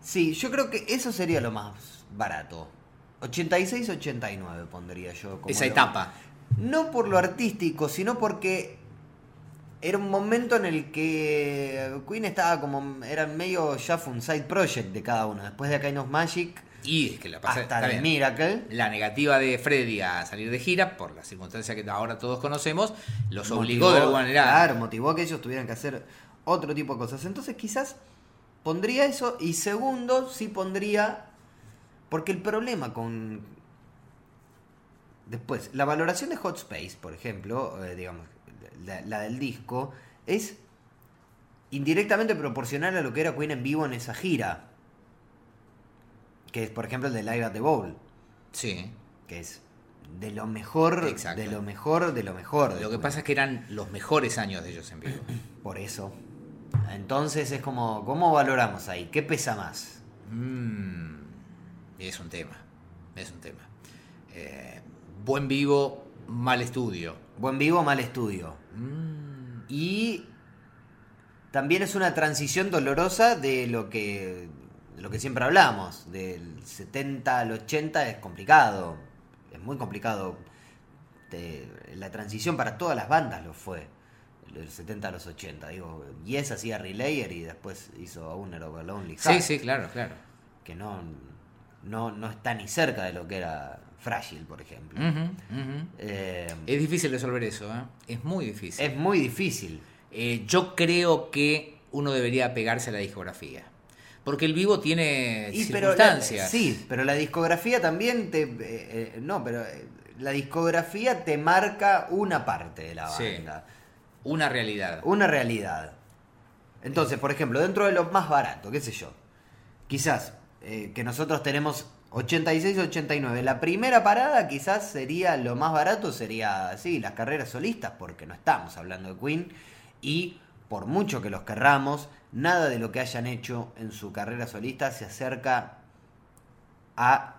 Sí, yo creo que eso sería lo más barato. 86-89 pondría yo. Como Esa lo- etapa. No por lo artístico, sino porque era un momento en el que Queen estaba como. Era medio ya fue un side project de cada uno. Después de Kind of Magic Y es que la pasa- hasta está The bien. Miracle. La negativa de Freddy a salir de gira, por las circunstancias que ahora todos conocemos, los obligó motivó- de alguna manera. Claro, motivó a que ellos tuvieran que hacer otro tipo de cosas. Entonces quizás pondría eso y segundo, sí pondría... Porque el problema con... Después, la valoración de Hot Space, por ejemplo, eh, digamos, la, la del disco, es indirectamente proporcional a lo que era Queen en vivo en esa gira. Que es, por ejemplo, el de Live at the Bowl, Sí. que es de lo mejor, Exacto. de lo mejor, de lo mejor. de Lo que Queen. pasa es que eran los mejores años de ellos en vivo. Por eso. Entonces es como, ¿cómo valoramos ahí? ¿Qué pesa más? Mm, es un tema. Es un tema. Eh, buen vivo, mal estudio. ¿Buen vivo o mal estudio? Mm, Y también es una transición dolorosa de lo que, lo que siempre hablamos. Del 70 al 80 es complicado. Es muy complicado. Te- la transición para todas las bandas lo fue. Del 70 a los 80. Digo, Yes hacía Relayer y después hizo A Owner of a Lonely Sí, Heart. sí, claro, claro. que no, no, no está ni cerca de lo que era Frágil, por ejemplo. Ujú, ujú. Eh, Es difícil resolver eso, ¿eh? Es muy difícil. es muy difícil. Eh, yo creo que uno debería pegarse a la discografía. Porque el vivo tiene Y pero la- circunstancias. sí, pero la discografía también te... eh, eh, no, pero eh, la discografía te marca una parte de la Sí. banda. Una realidad. Una realidad. Entonces, por ejemplo, dentro de lo más barato, qué sé yo, quizás eh, que nosotros tenemos 86-89, la primera parada quizás sería lo más barato, sería, sí, las carreras solistas, porque no estamos hablando de Queen, y por mucho que los querramos, nada de lo que hayan hecho en su carrera solista se acerca a A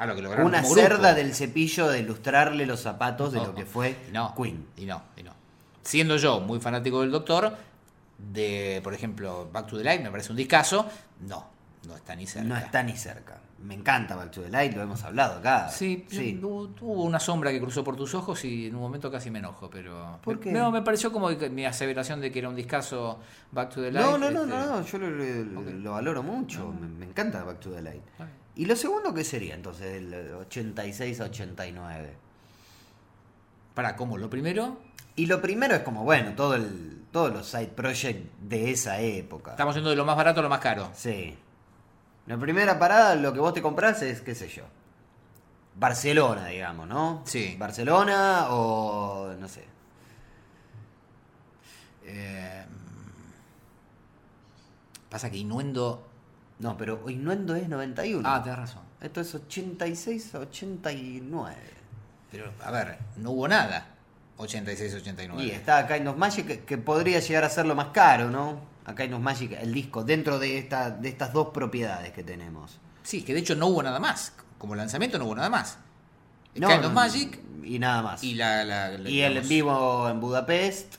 Ah, lo que lograron una como grupo. cerda del cepillo de lustrarle los zapatos de No, lo que fue y no, Queen. Y no, y no. Siendo yo muy fanático del Doctor, de, por ejemplo, Back to the Light, me parece un discazo, no, no está ni cerca. No está ni cerca. Me encanta Back to the Light, lo hemos hablado acá. Sí, Hubo, hubo una sombra que cruzó por tus ojos y en un momento casi me enojo, pero... ¿Por qué? No, me pareció como que mi aseveración de que era un discazo Back to the Light. No, no, no, este, no, no, yo lo, lo- Ok. lo valoro mucho. Me, me encanta Back to the Light. está bien. ¿Y lo segundo qué sería entonces del 86 a 89? Para, ¿cómo? Lo primero, Y lo primero es como, bueno, todo el, todos los side project de esa época. estamos yendo de lo más barato a lo más caro. Sí. La primera parada, lo que vos te comprás es, qué sé yo. Barcelona, digamos, ¿no? Sí. Barcelona o, no sé, Eh, pasa que Inuendo... No, pero Innuendo es 91. Ah, tenés razón. Esto es 86 a 89. Pero, a ver, no hubo nada. 86-89. Y está Kind of Magic, que- que podría llegar a ser lo más caro, ¿no? A Kind of Magic, el disco, dentro de, esta, de estas dos propiedades que tenemos. Sí, que de hecho no hubo nada más. Como lanzamiento no hubo nada más. No, Kind no, of Magic Y nada más. y Y, la... la- la- el digamos, en vivo en Budapest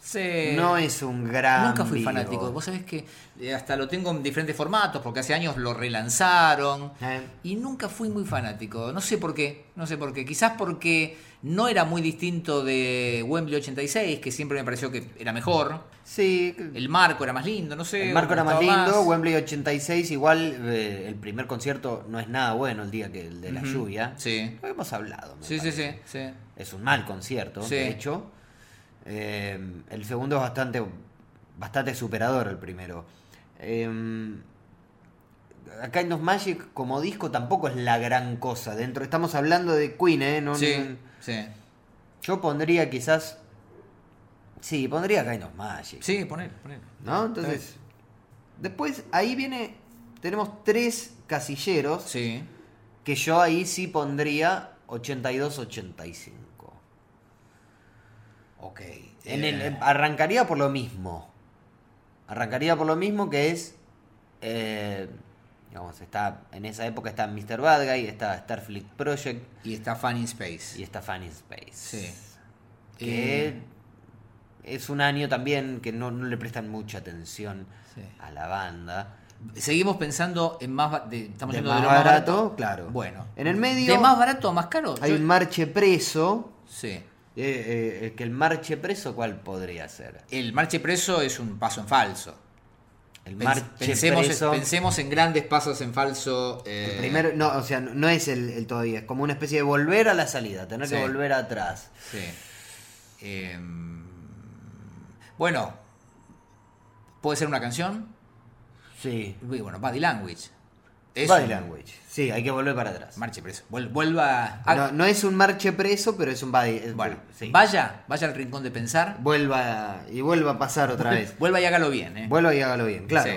se- no es un gran. Nunca fui vivo. fanático. Vos sabés que eh, hasta lo tengo en diferentes formatos porque hace años lo relanzaron. Eh, Y nunca fui muy fanático. No sé por qué. No sé por qué. Quizás porque no era muy distinto de Wembley 86, que siempre me pareció que era mejor. Sí, El marco era más lindo, no sé. El marco era más gustaba lindo, Wembley 86, igual eh, el primer concierto no es nada bueno el día que el de la Ujú, lluvia. sí. Lo hemos hablado. me Sí, sí, parece. sí, sí. Es un mal concierto, Sí. de hecho. Eh, el segundo es bastante, bastante superador el primero. Eh, A Kind of Magic como disco tampoco es la gran cosa. Dentro estamos hablando de Queen, ¿eh? No- Sí, no- sí. yo pondría quizás... Sí, pondría Kind of Magic. Sí, poner, poner. ¿No? Entonces. Después, ahí viene. Tenemos tres casilleros Sí. que yo ahí sí pondría 82-85. Ok. En el- Eh, em, Arrancaría por lo mismo. Arrancaría por lo mismo que es. eh, digamos, está. En esa época está Mr. Bad Guy, está Starfleet Project Y está Funny Space. y está Funny Space. Sí. Que Eh, es un año también que no, no le prestan mucha atención Sí. a la banda. Seguimos pensando en más. ba- de- estamos De yendo más de lo barato, más barato, claro. Bueno. En el medio- ¿De más barato a más caro? Hay Yo- un marche preso. Sí. eh, eh, eh, que el marche preso, ¿cuál podría ser? El marche preso es un paso en falso. El Pens- marche pensemos, preso. pensemos en grandes pasos en falso. eh, El primero, no, o sea, no- no es el, el todavía, es como una especie de volver a la salida, tener Sí. que volver atrás. Sí. Eh, bueno, puede ser una canción. Sí. Uy, Bueno, Body Language. Es Body un language. Sí, hay que volver para atrás. Marche preso. Vuel- Vuelva. ah, no, no es un marche preso, pero es un body. es- bueno, sí. vaya, vaya al rincón de pensar. Vuelva y vuelva a [laughs] pasar otra vez. Vuelva y hágalo bien. ¿eh? Vuelva y hágalo bien, claro. Sí.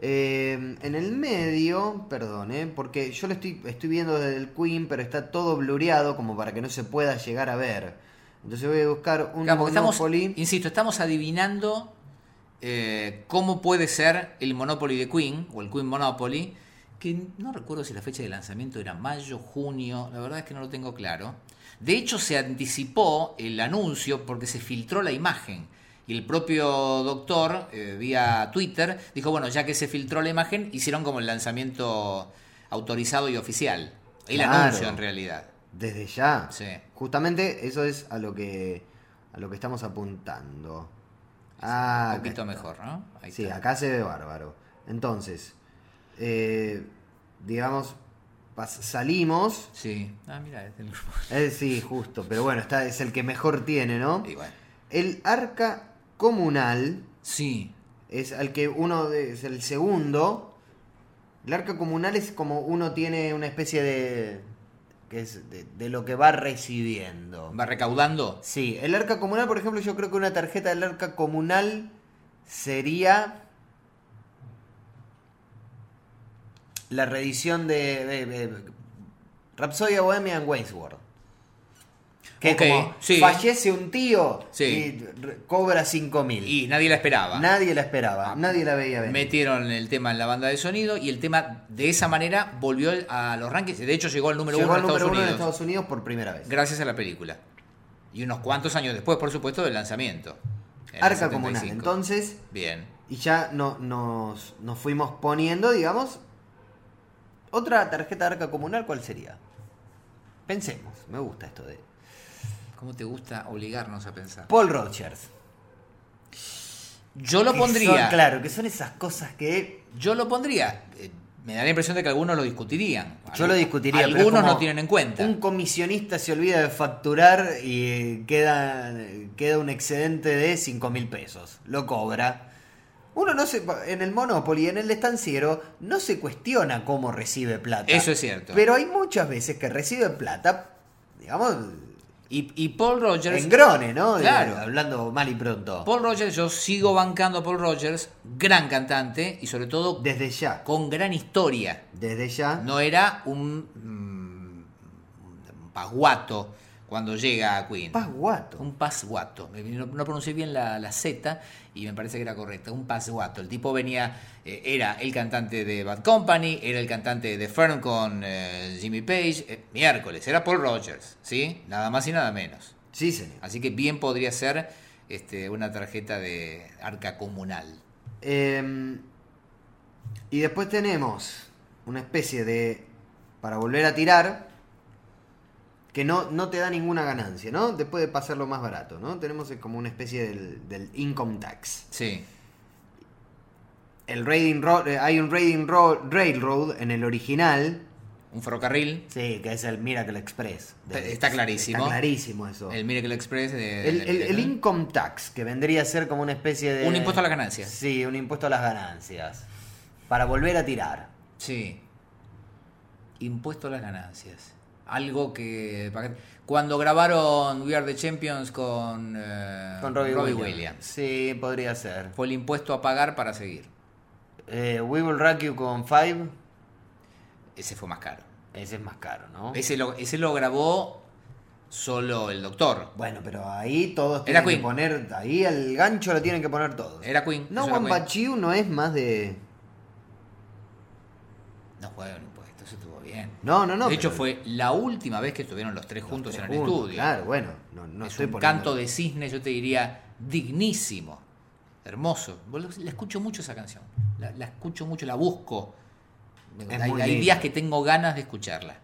Eh, en el medio, perdón, eh, porque yo lo estoy, estoy viendo desde el Queen, pero está todo blureado como para que no se pueda llegar a ver. Entonces voy a buscar un Claro, porque estamos, Monopoly. insisto, estamos adivinando eh, cómo puede ser el Monopoly de Queen o el Queen Monopoly, que no recuerdo si la fecha de lanzamiento era mayo, junio, la verdad es que no lo tengo claro. De hecho, se anticipó el anuncio porque se filtró la imagen. Y el propio doctor, eh, vía Twitter, dijo, bueno, ya que se filtró la imagen, hicieron como el lanzamiento autorizado y oficial. El Claro. anuncio en realidad. Desde ya. Sí. Justamente eso es a lo que a lo que estamos apuntando. Ah, Un poquito acá- mejor, ¿no? Ahí Sí, está. acá se ve bárbaro. Entonces, eh, digamos, pas- salimos. Sí. Ah, mira, es del [laughs] grupo. Eh, sí, justo, pero bueno, está, es el que mejor tiene, ¿no? Y bueno. El arca comunal Sí. es al que uno de- es el segundo. El arca comunal es como uno tiene una especie de. que es de, de lo que va recibiendo. Va recaudando. Sí, el arca comunal, por ejemplo, yo creo que una tarjeta del arca comunal sería la reedición de, de- de Rhapsodia Bohemian Wasteworld. Que es Ok, como, sí. fallece un tío Sí. y re- cobra 5 mil. Y nadie la esperaba. Nadie la esperaba, nadie la veía venir. Metieron el tema en la banda de sonido y el tema de esa manera volvió a los rankings. De hecho, llegó al número, Llegó uno, al en Estados número uno en Unidos, Estados Unidos por primera vez. Gracias a la película. Y unos cuantos años después, por supuesto, del lanzamiento. en el Arca comunal. 75. Entonces, Bien. Y ya no, nos, nos fuimos poniendo, digamos. Otra tarjeta de arca comunal, ¿cuál sería? Pensemos, me gusta esto de. ¿Cómo te gusta obligarnos a pensar? Paul Rogers. Yo lo Que pondría. son- claro, que son esas cosas que. Yo lo pondría. Eh, Me da la impresión de que algunos lo discutirían. Yo lo discutiría. pero es Algunos como no tienen en cuenta. Un comisionista se olvida de facturar y eh, queda, queda un excedente de 5 mil pesos. Lo cobra. Uno no se. En el Monopoly, en el estanciero, no se cuestiona cómo recibe plata. Eso es cierto. Pero hay muchas veces que recibe plata, digamos, y, y Paul Rogers. en grone, ¿no? De- Claro. hablando mal y pronto. Paul Rogers, yo sigo bancando a Paul Rogers, gran cantante y sobre todo Desde ya. con gran historia. Desde ya. No era un, mm, un pasguato cuando llega a Queen. Pasguato. Un pasguato. Me- No, no pronuncié bien la, la Z y me parece que era correcta. Un pasguato. El tipo venía, eh, era el cantante de Bad Company, era el cantante de The Firm con eh, Jimmy Page. eh, miércoles, era Paul Rogers, ¿sí? Nada más y nada menos. Sí, señor. Así que bien podría ser este, una tarjeta de arca comunal. Eh, y después tenemos una especie de. para volver a tirar. Que no, no te da ninguna ganancia, ¿no? Después de pasarlo más barato, ¿no? Tenemos eh, como una especie del, del income tax. Sí, El raiding ro- eh, hay un raiding ro- railroad en el original, un ferrocarril. Sí, que es el Miracle Express. Está- está clarísimo. Está clarísimo eso. El El, Miracle Express. de- el, de- el income tax, que vendría a ser como una especie de... Un impuesto a las ganancias. Sí, un impuesto a las ganancias. Para volver a tirar. Sí. Impuesto a las ganancias. Algo que. Cuando grabaron We Are the Champions con. eh, Con Robbie, Williams. Williams. Sí, podría ser. Fue el impuesto a pagar para seguir. Eh, We Will Rock You con Five. Ese fue más caro. Ese es más caro, ¿no? Ese lo, ese lo grabó solo el doctor. Bueno, pero ahí todos Era tienen que Queen. poner. Ahí el gancho lo tienen que poner todos. Era Queen. No, eso era Juan Queen. Pachiu no es más de. No juegan un puesto, eso estuvo bien. No, no, no. de hecho, pero- fue la última vez que estuvieron los tres los juntos tres en el juntos, estudio. Claro, bueno. No, no es estoy un poniendo- canto de cisne, yo te diría, dignísimo, hermoso. Vos lo- La escucho mucho esa canción, la, la escucho mucho, la busco. Es hay muy hay linda. días que tengo ganas de escucharla.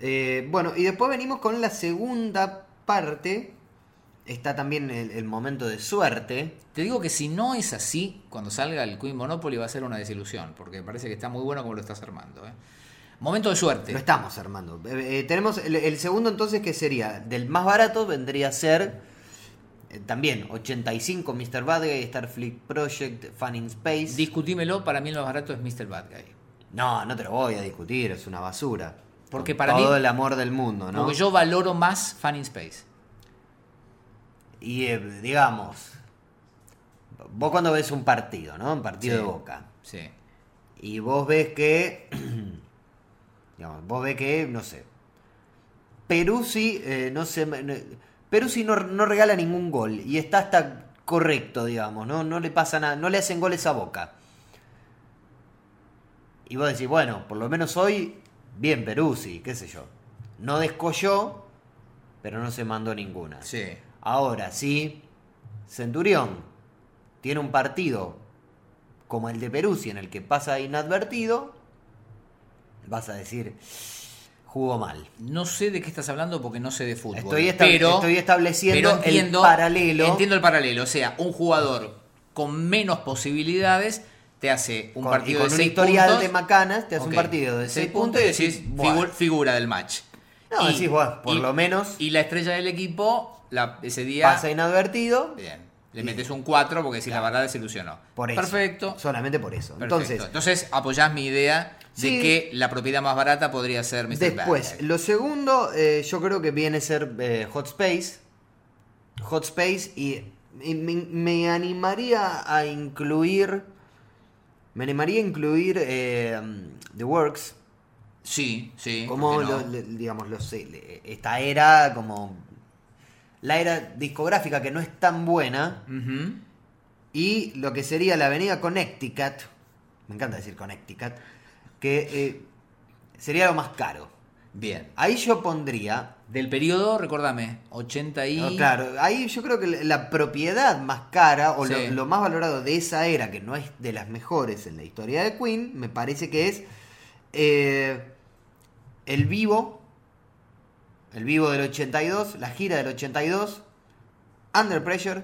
Eh, bueno, y después venimos con la segunda parte. Está también el, el momento de suerte. Te digo que si no es así, cuando salga el Queen Monopoly va a ser una desilusión, porque me parece que está muy bueno como lo estás armando. ¿eh? Momento de suerte. Lo estamos armando. Eh, eh, tenemos el, el segundo entonces que sería del más barato, vendría a ser eh, también 85 Mr. Badgey, Starfleet Project, Fun in Space. Discutímelo, para mí lo más barato es Mr. Bad Guy. no, no te lo voy a discutir, es una basura. Porque Con para todo mí- el amor del mundo, ¿no? Porque yo valoro más Fan in Space. Y eh, digamos, vos cuando ves un partido, ¿no? Un partido Sí. de Boca. Sí. Y vos ves que. [clears throat] digamos, vos ves que, no sé. Peruzzi, eh, no sé. no- Peruzzi no, no regala ningún gol. Y está hasta correcto, digamos, ¿no? No le pasa nada. No le hacen goles a boca. Y vos decís, bueno, por lo menos hoy, bien Peruzzi, qué sé yo. No descolló, pero no se mandó ninguna. Sí. Ahora sí, Centurión tiene un partido como el de Peruzzi en el que pasa inadvertido, vas a decir, jugó mal. No sé de qué estás hablando porque no sé de fútbol. Estoy, esta- pero, estoy estableciendo pero entiendo, el paralelo Entiendo el paralelo. O sea, un jugador con menos posibilidades te hace un con, y partido con de un seis historial puntos. de macanas, te hace Ok. un partido de 6 puntos y decís, figu- "Buah". figura del match. No, decís, "Buah, por lo menos". Y la estrella del equipo, la, ese día. pasa inadvertido, bien. Le Y- metes un 4 porque si la verdad desilusionó. por eso. Perfecto. Solamente por eso. perfecto. Entonces, apoyás mi idea de Sí. que la propiedad más barata podría ser Mr. Después, Bad Guy. lo segundo, eh, yo creo que viene a ser eh, Hot Space. Hot Space y, y me, me animaría a incluir. Me animaría a incluir eh, The Works. Sí, sí. ¿por Como, qué no? lo- lo- digamos, los, eh, esta era, como. La era discográfica que no es tan buena. Ujú. Y lo que sería la avenida Connecticut. Me encanta decir Connecticut. Que eh, sería lo más caro. Bien. Ahí yo pondría Del periodo, recordame, 80 y... No, claro, ahí yo creo que la- la propiedad más cara o lo- Sí. lo, más valorado de esa era, que no es de las mejores en la historia de Queen, me parece que es eh, el vivo, el vivo del 82, la gira del 82, Under Pressure,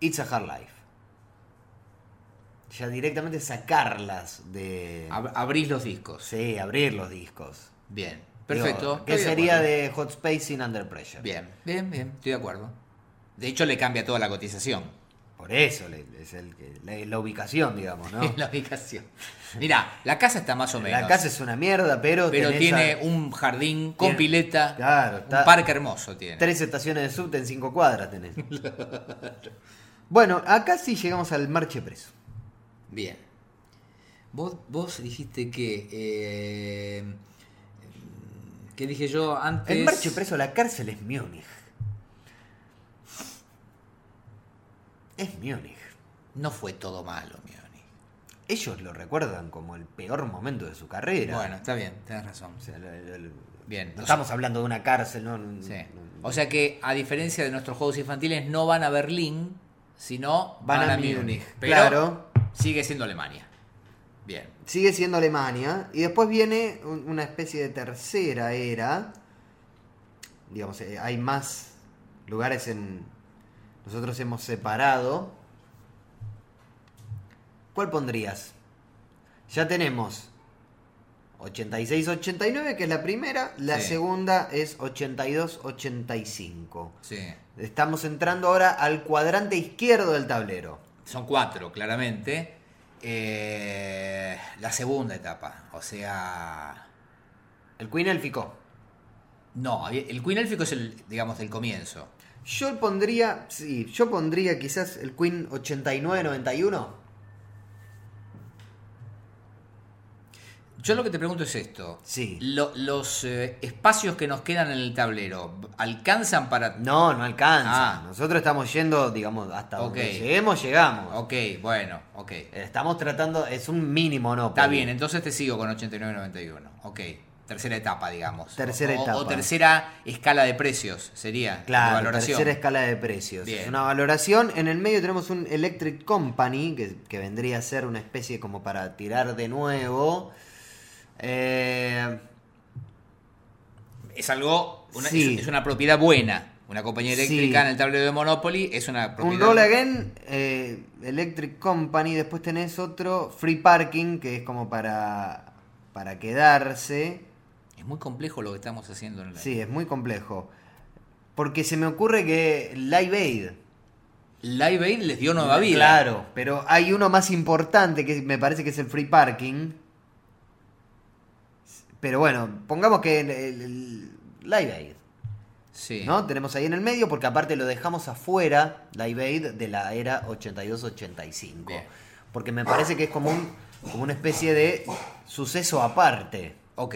It's a Hard Life. Ya directamente sacarlas de... Ab- abrís los discos. Sí, abrir los discos. Bien. Perfecto. Digo, ¿Qué Estoy sería acuerdo. de Hot Space sin Under Pressure? Bien, bien, bien. Estoy de acuerdo. De hecho, le cambia toda la cotización. Por eso le- es el que- la, la ubicación, digamos, ¿no? [laughs] la ubicación. Mirá, la casa está más o menos. La casa es una mierda, pero, pero tenés tiene a- un jardín con Tiene- pileta. Claro, un está- parque hermoso tiene. tres estaciones de subte en cinco cuadras tenés. [laughs] bueno, acá sí llegamos al marche preso. Bien. Vos, vos dijiste que... Eh, ¿Qué dije yo antes? El marche preso, la cárcel es Múnich. Es Múnich. No fue todo malo, Mioni. Ellos lo recuerdan como el peor momento de su carrera. Bueno, está bien, tenés razón. O sea, lo- lo- lo- Bien. No estamos hablando de una cárcel, ¿no? no- Sí. no- O sea que, a diferencia de nuestros juegos infantiles, no van a Berlín, sino van, a, Múnich. Pero Claro. sigue siendo Alemania. Bien. Sigue siendo Alemania. Y después viene un- una especie de tercera era. Digamos, eh, hay más lugares en. Nosotros hemos separado. ¿Cuál pondrías? Ya tenemos 86-89, que es la primera. La Sí. segunda es 82-85. Sí. Estamos entrando ahora al cuadrante izquierdo del tablero. Son cuatro, claramente. Eh, la segunda etapa. O sea. El Queen Elfico. No, había- el Queen Élfico es el, digamos, del comienzo. Yo pondría, sí, yo pondría quizás el Queen 89-91. Yo lo que te pregunto es esto. Sí. Lo- los eh, espacios que nos quedan en el tablero, ¿alcanzan para...? No, no alcanza. Ah. Nosotros estamos yendo, digamos, hasta Ok. donde lleguemos, llegamos. Ok, bueno, ok. Estamos tratando, es un mínimo, ¿no? Está Porque- bien, entonces te sigo con 89.91. Ok. Tercera etapa, digamos. Tercera O- o- O etapa. tercera escala de precios sería. de Claro, valoración. tercera escala de precios. Bien. Es Una valoración. En el medio tenemos un Electric Company, que, que vendría a ser una especie como para tirar de nuevo. Eh, Es algo, una- Sí. es, es una propiedad buena. Una compañía Sí. eléctrica en el tablero de Monopoly es una un propiedad... Roll Again, eh, Electric Company. Después tenés otro Free Parking, que es como para, para quedarse. Es muy complejo lo que estamos haciendo en el Sí, es muy complejo. Porque se me ocurre que Live Aid. Live Aid les dio nueva vida. Claro, pero hay uno más importante que me parece que es el free parking. Pero bueno, pongamos que el, el- el Live Aid, Sí. ¿no? Tenemos ahí en el medio porque aparte lo dejamos afuera, Live Aid, de la era 82-85. Bien. Porque me parece que es como, un- como una especie de suceso aparte. Ok,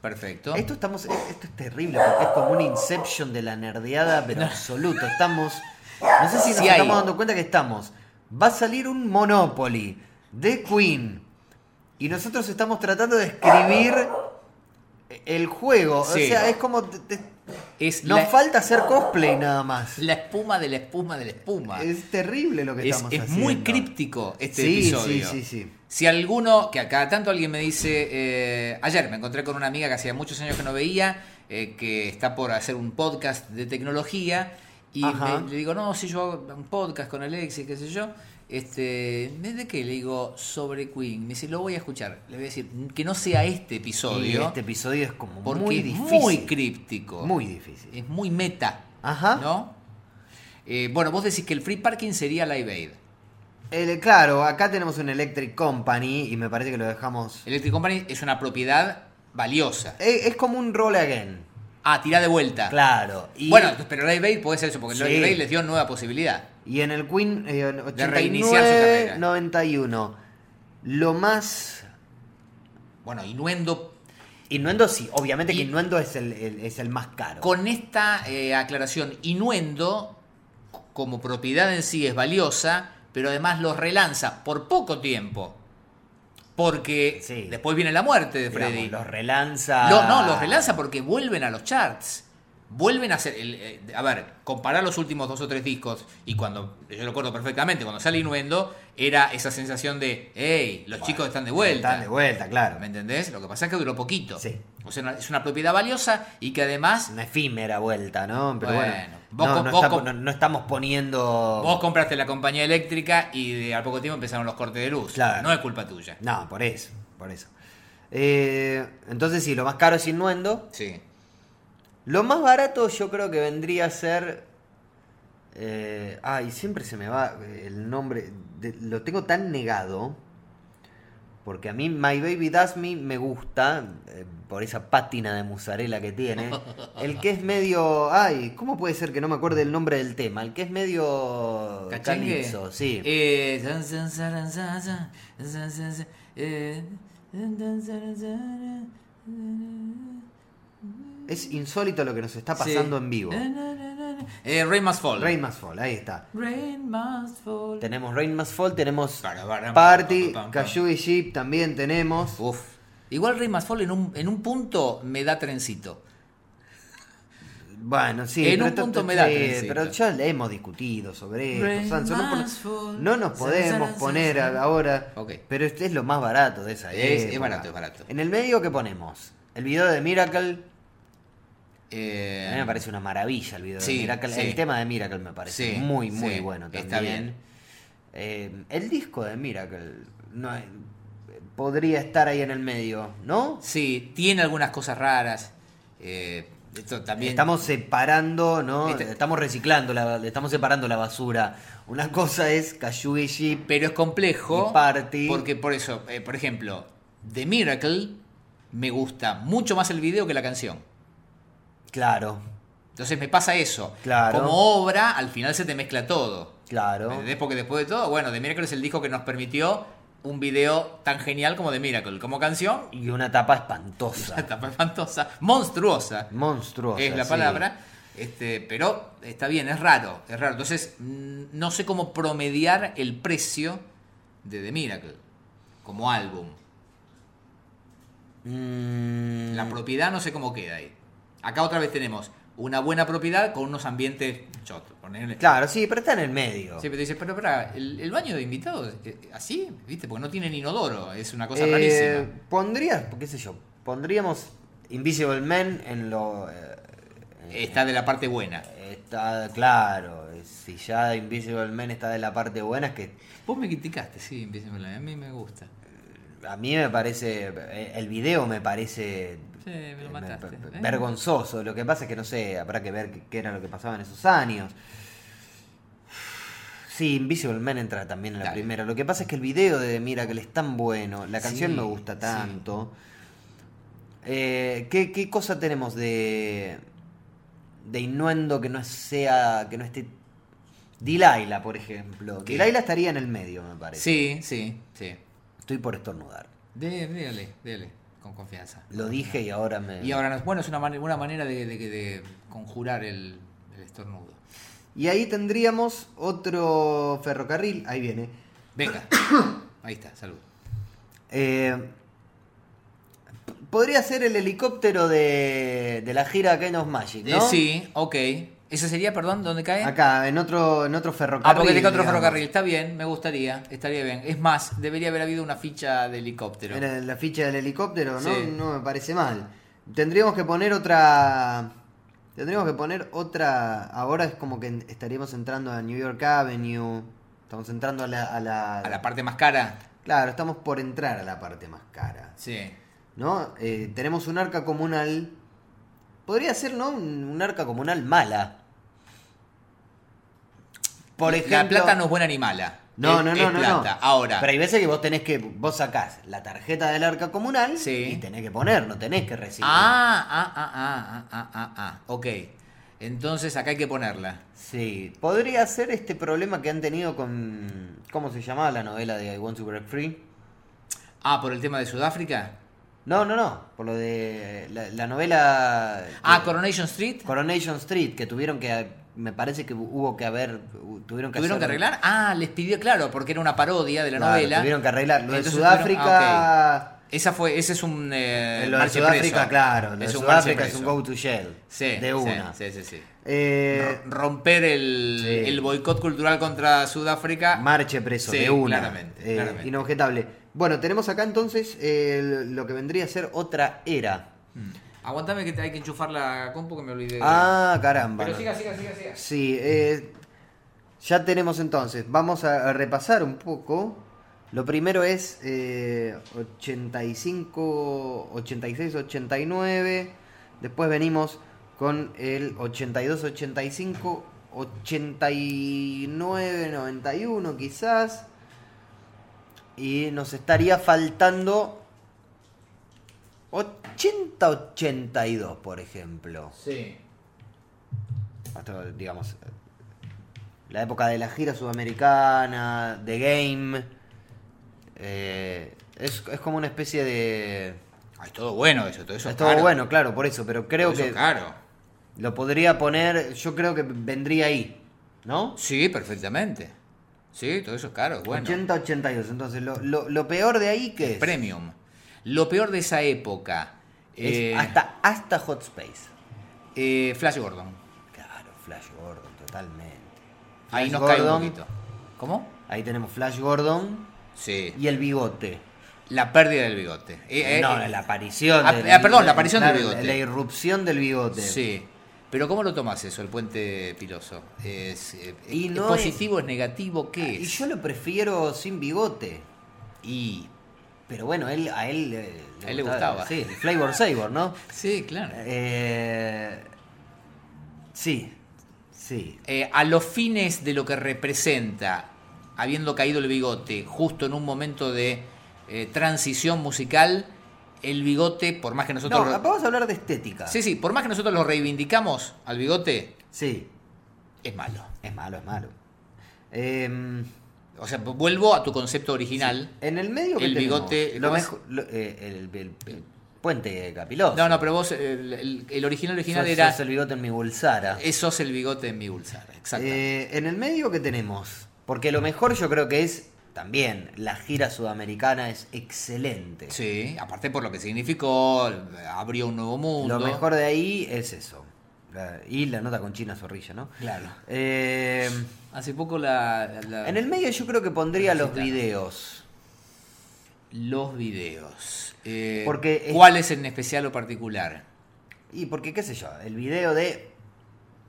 perfecto. Esto estamos, e, esto es terrible porque es como una inception de la nerdeada, pero absoluto. Estamos, no sé si nos Sí hay. estamos dando cuenta que estamos. Va a salir un Monopoly de Queen y nosotros estamos tratando de escribir el juego. Sí. O sea, es como te- te- Es nos la, falta hacer cosplay nada más. la espuma de la espuma de la espuma. Es, Es terrible lo que estamos es haciendo. muy críptico este Sí, episodio. sí, sí, sí. Si alguno, que acá tanto alguien me dice, eh, ayer me encontré con una amiga que hacía muchos años que no veía, eh, que está por hacer un podcast de tecnología, y Ajá. me- le digo, no, si yo hago un podcast con Alexis, qué sé yo, este, ¿de qué? Le digo, sobre Queen. Me dice, lo voy a escuchar. Le voy a decir, que no sea este Y episodio, este episodio es como porque muy es difícil. muy críptico. Muy difícil. Es muy meta. Ajá. ¿No? Eh, bueno, vos decís que el free parking sería Live Aid. El- claro, acá tenemos un Electric Company y me parece que lo dejamos Electric Company es una propiedad valiosa. Es, es como un roll again. Ah, tirá de vuelta. Claro. Y, Bueno, pero Live Aid puede ser eso, porque Sí. Live Aid les dio nueva posibilidad. y en el Queen eh, en reiniciar su carrera. 89, 91. Lo más. Bueno, Innuendo, Innuendo sí, obviamente Y- que Innuendo es el, el- es el más caro. con esta eh, aclaración, Innuendo como propiedad en sí es valiosa, pero además los relanza por poco tiempo. Porque Sí. después viene la muerte de Digamos, este Freddy. los relanza. Lo- no, los relanza porque vuelven a los charts. Vuelven a hacer. el- eh, a ver, comparar los últimos dos o tres discos. Y cuando. Yo lo recuerdo perfectamente. Cuando sale Innuendo, era esa sensación de. ¡Hey! Los chicos están de vuelta. Están de vuelta, claro. ¿Me entendés? Lo que pasa es que duró poquito. Sí. O sea, no- es una propiedad valiosa y que además. Una efímera vuelta, ¿no? Pero bueno. Bueno, vos no, con- no vos está- con- no- no estamos poniendo. Vos compraste la compañía eléctrica y de, al poco tiempo empezaron los cortes de luz. Claro. No es culpa tuya. No, por eso. Por eso. Eh, entonces sí, lo más caro es Innuendo. Sí. Lo más barato yo creo que vendría a ser. Eh, ay, siempre se me va eh, el nombre. de- lo tengo tan negado. Porque a mí My Baby Does Me me gusta. eh, por esa pátina de mozzarella que tiene. El que es medio. Ay, ¿cómo puede ser que no me acuerde el nombre del tema? El que es medio. ¿Cachengue? calipso, sí. Eh, zan, zan, zaran, zan, zan, zan, zan, zan, eh, zan, zan, zaran, zaran, zaran. Es insólito lo que nos está pasando Sí. en vivo. Na, na, na, na, na. Eh, Rain Must Fall. Rain Must Fall, ahí está. Rain Must Fall. Tenemos Rain Must Fall, tenemos Para, para, Party, pa, pa, pa, pa. Caillou y Jeep también tenemos. Uf. Igual Rain Must Fall en un, en un punto me da trencito. Bueno, sí. En pero un esto- punto me sí, da trencito. Pero ya le hemos discutido sobre esto, Sanso, No, por- Remansful. no nos San, podemos san, poner san, san. ahora. Ok. Pero este es lo más barato de esa Es- es época. barato, es barato. En el medio, ¿qué ponemos? El video de Miracle. Eh, A mí me parece una maravilla el video sí, de Miracle. sí. El tema de Miracle me parece Sí, muy, muy sí, bueno también. está bien. Eh, el disco de Miracle no, eh, podría estar ahí en el medio, ¿no? Sí, tiene algunas cosas raras. Eh, esto también. Estamos separando, ¿no? Esta- Estamos reciclando, la, estamos separando la basura. Una cosa es Kayugi Jeep. Pero es complejo. Y Party. Porque por eso, eh, por ejemplo, The Miracle me gusta mucho más el video que la canción. Claro, Entonces me pasa eso. Claro. Como obra, al final se te mezcla todo. Eh, claro. ¿Me entendés? Porque después de todo, bueno, The Miracle es el disco que nos permitió un video tan genial como de Miracle, como canción, [laughs] Y una tapa espantosa. la tapa es fantosa, monstruosa, Monstruosa. es la sí. palabra, este, pero está bien, es raro, es raro. Entonces, mm, no sé cómo promediar el precio de The Miracle como álbum. Mm, La propiedad no sé cómo queda ahí. Acá otra vez tenemos una buena propiedad con unos ambientes chotos. Ponerle... Claro, sí, pero está en el medio. Sí, pero dices, pero pará, ¿el, el baño de invitados, eh, ¿así? ¿Viste? Porque no tienen inodoro, es una cosa Eh, rarísima. Pondrías, qué sé yo, pondríamos Invisible Man en lo... eh, Está de la parte buena. Está claro, eh, si ya Invisible Man está de la parte buena, es que Vos me criticaste, sí, empieza a mí me gusta. a mí me parece, eh, el video me parece Sí, me eh, lo mataste. me- ¿eh? vergonzoso. Lo que pasa es que no sé, habrá que ver qué- qué era lo que pasaba en esos años. Sí, Invisible Man entra también en la Dale. primera. Lo que pasa es que el video de Miracle es tan bueno, la canción Sí, me gusta sí. tanto. Eh, ¿qué, qué cosa tenemos de de innuendo que no sea que no esté Dilaila, por ejemplo. ¿Qué? Dilaila estaría en el medio, me parece. Sí, sí, sí. Estoy por estornudar. Dé- Dele, dele, con confianza. Lo dije y ahora me Y ahora, nos- bueno, es una, mane- una manera de, de- de conjurar el, el estornudo. Y ahí tendríamos otro ferrocarril. Ahí viene. Venga, [coughs] ahí está, salud. Eh, p- podría ser el helicóptero de, de la gira Kind of Magic, Eh, ¿no? sí, ok. ¿Eso sería, perdón, dónde cae? Acá, en otro, en otro ferrocarril. Ah, porque tiene otro digamos. ferrocarril. Está bien, me gustaría, estaría bien. Es más, debería haber habido una ficha de helicóptero. Era la ficha del helicóptero, ¿no? Sí. No me parece mal. Tendríamos que poner otra. Tendríamos que poner otra. Ahora es como que en- estaríamos entrando a New York Avenue. Estamos entrando a la. a la- A la parte más cara. Claro, estamos por entrar a la parte más cara. Sí. ¿No? Eh, tenemos un arca comunal. Podría ser, ¿no? Un, un arca comunal mala. Por ejemplo. la plata no es buena ni mala. No, Es- no, es no, no, no. plata. Ahora, Pero hay veces que vos tenés que. Vos sacás la tarjeta del arca comunal Sí. y tenés que poner, no tenés que recibir. Ah, ah, ah, ah, ah, ah, ah, ah. Ok. Entonces acá hay que ponerla. Sí. Podría ser este problema que han tenido con. ¿Cómo se llamaba la novela de I Want to Break Free? Ah, por el tema de Sudáfrica. No, no, no. Por lo de. La, la novela. Ah, que- Coronation Street. Coronation Street, que tuvieron que. Me parece que hubo que haber. Tuvieron que, ¿Tuvieron que hacer- arreglar? Ah, les pidió, claro, porque era una parodia de la Claro, novela. Tuvieron que arreglar. Lo de Entonces Sudáfrica. tuvieron- ah, Esa fue, ese es un. eh, Lo de marche Sudáfrica, preso. claro. Lo de Es un marche Sudáfrica es un preso. go to shell. Sí, sí, de una. Sí, sí, sí. Eh, R- Romper el, Sí. el boicot cultural contra Sudáfrica. marche preso, Sí, de una. claramente, Eh, claramente. Inobjetable. Bueno, tenemos acá entonces eh, lo que vendría a ser otra era. Mm. Aguantame que te- hay que enchufar la compu que me olvidé. Ah, caramba. Pero no. siga, siga, siga, siga. Sí, eh, ya tenemos entonces. Vamos a, a repasar un poco. Lo primero es eh, 85, 86, 89. Después venimos con el 82, 85, 89, 91 quizás. Y nos estaría faltando 80, 82, por ejemplo Sí. hasta, digamos, la época de la gira sudamericana, The Game. eh, es, es como una especie de... Ah, es todo bueno eso, todo eso es todo caro. bueno, claro, por eso, pero creo Todo eso que caro. lo podría poner, yo creo que vendría ahí, ¿no? Sí, perfectamente. Sí, todo eso es caro, es bueno. 80-82, entonces lo, lo- lo peor de ahí que es... Premium. Lo peor de esa época. es eh, hasta, hasta Hot Space. eh, Flash Gordon. Claro, Flash Gordon, totalmente. Ahí Flash nos cae un Gordon. poquito. ¿Cómo? Ahí tenemos Flash Gordon Sí. y el bigote. La pérdida del bigote. Eh, eh, no, eh, la aparición. Ah, del- ah, perdón, la aparición del bigote. La irrupción del bigote. Sí. Pero ¿cómo lo tomas eso, el puente piloso? ¿Es, eh, Y es no es- positivo, es... negativo? ¿Qué Ah, Y es? yo lo prefiero sin bigote. Y- Pero bueno, él, a él, eh, A él le gustaba. Sí, el Flavor Sabor, ¿no? Sí, claro. Eh, sí, sí. Eh, a los fines de lo que representa, habiendo caído el bigote justo en un momento de eh, transición musical, el bigote, por más que No, nosotros... lo- vamos a hablar de estética. Sí, sí, por más que nosotros lo reivindicamos al bigote, Sí, es malo. es malo, es malo. Eh, O sea, vuelvo a tu concepto original. En el medio que El tenemos, bigote- lo ¿cómo es? mejo- lo- eh, el, el- el puente capiloso. No, no, pero vos, el, el- el original original Sos- era. sos el bigote en mi bolsara. eh, Sos el bigote en mi ulsara, exacto. Eh, en el medio que tenemos, porque lo mejor yo creo que es también la gira sudamericana es excelente. sí, aparte por lo que significó, abrió un nuevo mundo. Lo mejor de ahí es eso. La- y la nota con China Zorrilla, ¿no? Claro. Eh, Hace poco la. la- la- en el medio yo creo que pondría los Gitana. videos. Los videos. Eh, Porque es- ¿Cuál es en especial o particular? Y porque, qué sé yo, el video de...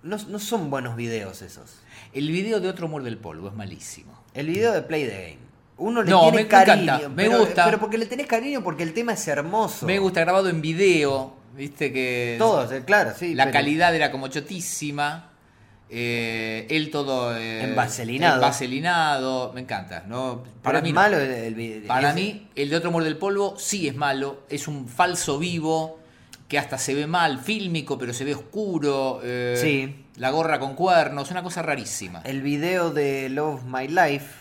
No, no son buenos videos esos. El video de otro muerde el polvo es malísimo. El video de Play the Game. Uno le No, tiene me- me cariño. encanta, me pero, gusta. Pero porque le tenés cariño, porque el tema es hermoso. Me gusta grabado en video, viste que. Todos, eh, claro, sí. La pero- calidad era como chotísima. eh, él todo. eh, Envaselinado. envaselinado, Me encanta. No, Pero para es mí. no. malo el, el video. Para Es- mí, el de Otro Muerde el Polvo sí es malo. Es un falso vivo que hasta se ve mal, fílmico, pero se ve oscuro. eh, Sí. Eh. La gorra con cuernos, una cosa rarísima. El video de Love My Life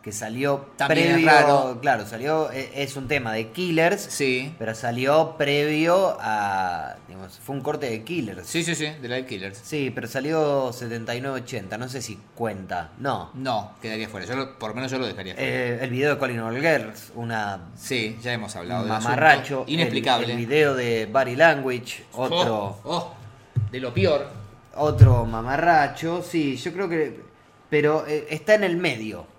que salió También es previo, raro. claro, salió e- es un tema de Killers, Sí. pero salió previo a digamos, fue un corte de Killers. Sí, sí, sí, de Live Killers. Sí, pero salió 7980, no sé si cuenta. No. No, quedaría fuera. Yo lo- por lo menos yo lo dejaría fuera. Eh, el video de Colin Girls, una sí, ya hemos hablado del mamarracho, asunto. El- Inexplicable. El, video de Body Language, otro Oh, oh, de lo peor. Otro mamarracho, sí, yo creo que. Pero eh, está en el medio.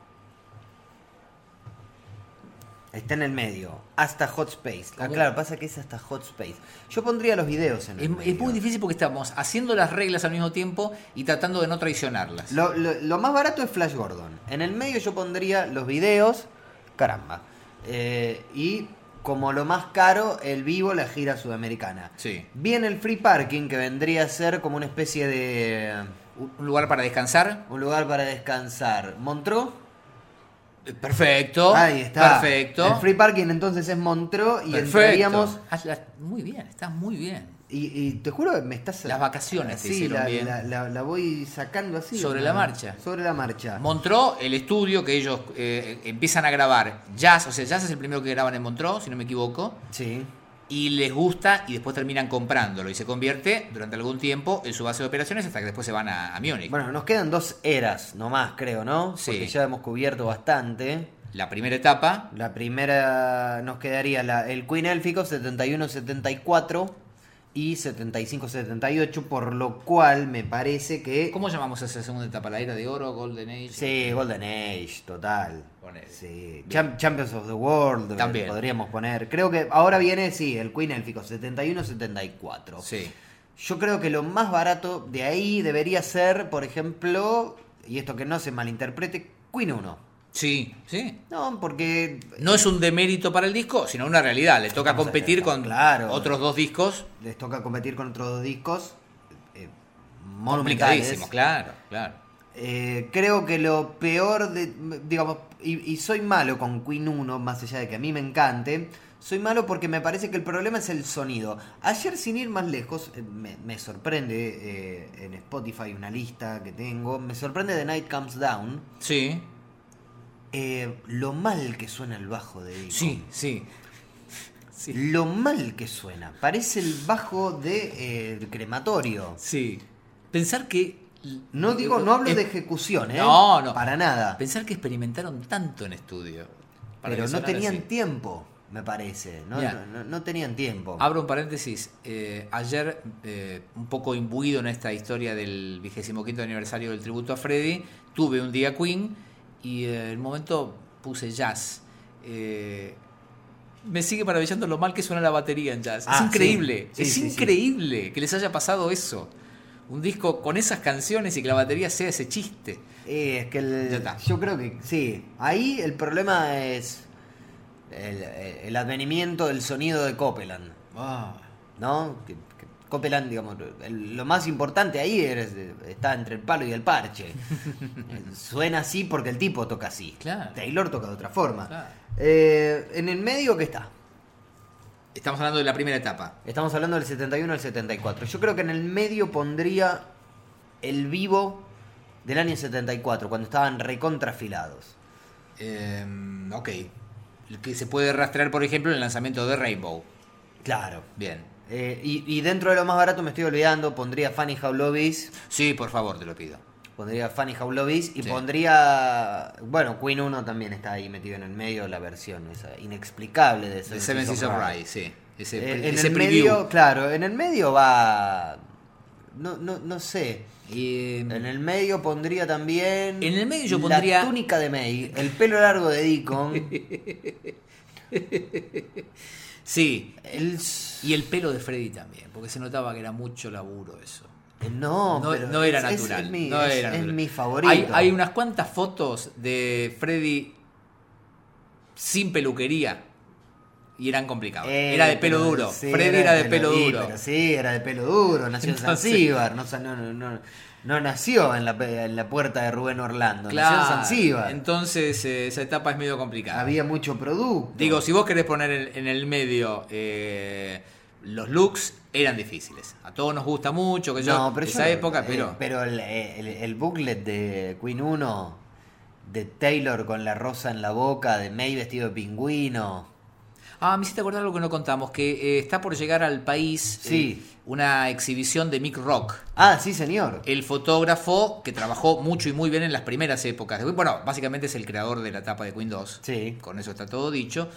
Está en el medio. Hasta Hot Space. Ah, ¿Cómo? claro, pasa que es hasta Hot Space. Yo pondría los videos en el Es, medio. es muy difícil porque estamos haciendo las reglas al mismo tiempo y tratando de no traicionarlas. Lo, lo- lo más barato es Flash Gordon. En el medio yo pondría los videos. Caramba. Eh, y como lo más caro, el vivo, la gira sudamericana. Sí. Bien el free parking, que vendría a ser como una especie de. Un un lugar para descansar. Un lugar para descansar. Montreux. Eh, Perfecto. Ahí está. Perfecto. El free parking entonces es Montreux y Perfecto. entraríamos. Ah, la- Muy bien, estás muy bien. Y, y te juro que me estás. Las vacaciones te Sí, hicieron la, bien. La, la- la voy sacando así. Sobre ¿no? la marcha. Sobre la marcha. Montreux, el estudio que ellos eh, empiezan a grabar jazz, o sea, jazz es el primero que graban en Montreux, si no me equivoco, sí. y les gusta y después terminan comprándolo y se convierte durante algún tiempo en su base de operaciones hasta que después se van a, a Múnich. Bueno, nos quedan dos eras nomás, creo, ¿no? Sí. Porque ya hemos cubierto bastante. La primera etapa, La primera nos quedaría la, el Queen Élfico 71-74 y 75-78, por lo cual me parece que. ¿cómo llamamos a esa segunda etapa? ¿La era de oro, Golden Age? Sí, Golden Age, total. Ponele. Sí. Cham- Champions of the World También. podríamos poner. Creo que ahora viene, sí, el Queen Elfico, 71-74. Sí. Yo creo que lo más barato de ahí debería ser, por ejemplo, y esto que no se malinterprete, Queen 1. Sí, sí. No, porque No es un demérito para el disco, sino una realidad. Le toca Estamos competir acá, con claro. otros dos discos les toca competir con otros dos discos eh, monumentales. complicadísimos. Claro, claro. Eh, creo que lo peor de. Digamos, y, y soy malo con Queen 1, más allá de que a mí me encante. Soy malo porque me parece que el problema es el sonido. Ayer, sin ir más lejos, eh, me, me sorprende eh, en Spotify una lista que tengo. Me sorprende The Night Comes Down. Sí, eh, lo mal que suena el bajo de Deacon. sí, sí. Sí, Lo mal que suena. Parece el bajo de eh, el crematorio. sí. Pensar que. No digo, no hablo es- de ejecución, ¿eh? No, no. Para nada. Pensar que experimentaron tanto en estudio. para Pero que no sonara tenían así. tiempo, me parece. No, Ya. no, no- no tenían tiempo. Abro un paréntesis. eh, ayer, eh, un poco imbuido en esta historia del vigésimo quinto aniversario del tributo a Freddy, tuve un día Queen y eh, en un momento puse jazz. Eh, me sigue maravillando lo mal que suena la batería en jazz. es Ah, increíble, sí. Sí, es sí, sí. increíble que les haya pasado eso. Un disco con esas canciones y que la batería sea ese chiste. Eh, es que el- Ya está. yo creo que sí. Ahí el problema es el, el advenimiento del sonido de Copeland. ¿No? Que- que Copeland, digamos, el- lo más importante ahí es- está entre el palo y el [laughs] parche. Eh, Suena así porque el tipo toca así. Claro. Taylor toca de otra forma. Claro. Eh, en el medio que está. Estamos hablando de la primera etapa. Estamos hablando del 71 al 74. Yo creo que en el medio pondría el vivo Del año 74, cuando estaban recontrafilados. Eh, ok. El Que se puede rastrear, por ejemplo, en el lanzamiento de Rainbow. Claro. Bien. Eh, y, y dentro de lo más barato me estoy olvidando, pondría Fanny Howlobis, Sí, por favor, te lo pido. pondría Fanny Howlobis y Sí. pondría, bueno, Queen 1 también está ahí metido en el medio, la versión esa inexplicable de The Seven Seven Seas of Rye. Rye, sí. Ese, Eh, pre- en ese el preview. medio, claro, en el medio va, no, no, no sé, Eh, en el medio pondría también En el medio yo pondría- la túnica de May, el pelo largo [laughs] de Deacon, sí. el... Y el pelo de Freddy también, porque se notaba que era mucho laburo eso. No, No, pero no era es- es- natural. Es mi, no es- era es natural. mi favorito. Hay, hay unas cuantas fotos de Freddy sin peluquería y eran complicadas. Eh, era de pelo pero- duro. sí, Freddy era de pelo, sí, duro. pero sí, era de pelo duro. Nació en Entonces- Zanzíbar. No, sa- no, no, no, no nació en la, pe- en la puerta de Rubén Orlando. Nació en Claro. Zanzíbar. Entonces eh, esa etapa es medio complicada. Había mucho producto. Digo, si vos querés poner en, en el medio eh, los looks, eran difíciles. A todos nos gusta mucho, que yo, No, pero esa yo- época, eh, pero... pero el, el- el booklet de Queen 1, de Taylor con la rosa en la boca, de May vestido de pingüino. Ah, me hiciste acordar algo que no contamos, que eh, está por llegar al país Sí. eh, una exhibición de Mick Rock. Ah, sí, señor. El fotógrafo que trabajó mucho y muy bien en las primeras épocas. de Queen. Bueno, básicamente es el creador de la etapa de Queen 2. Sí. Con eso está todo dicho.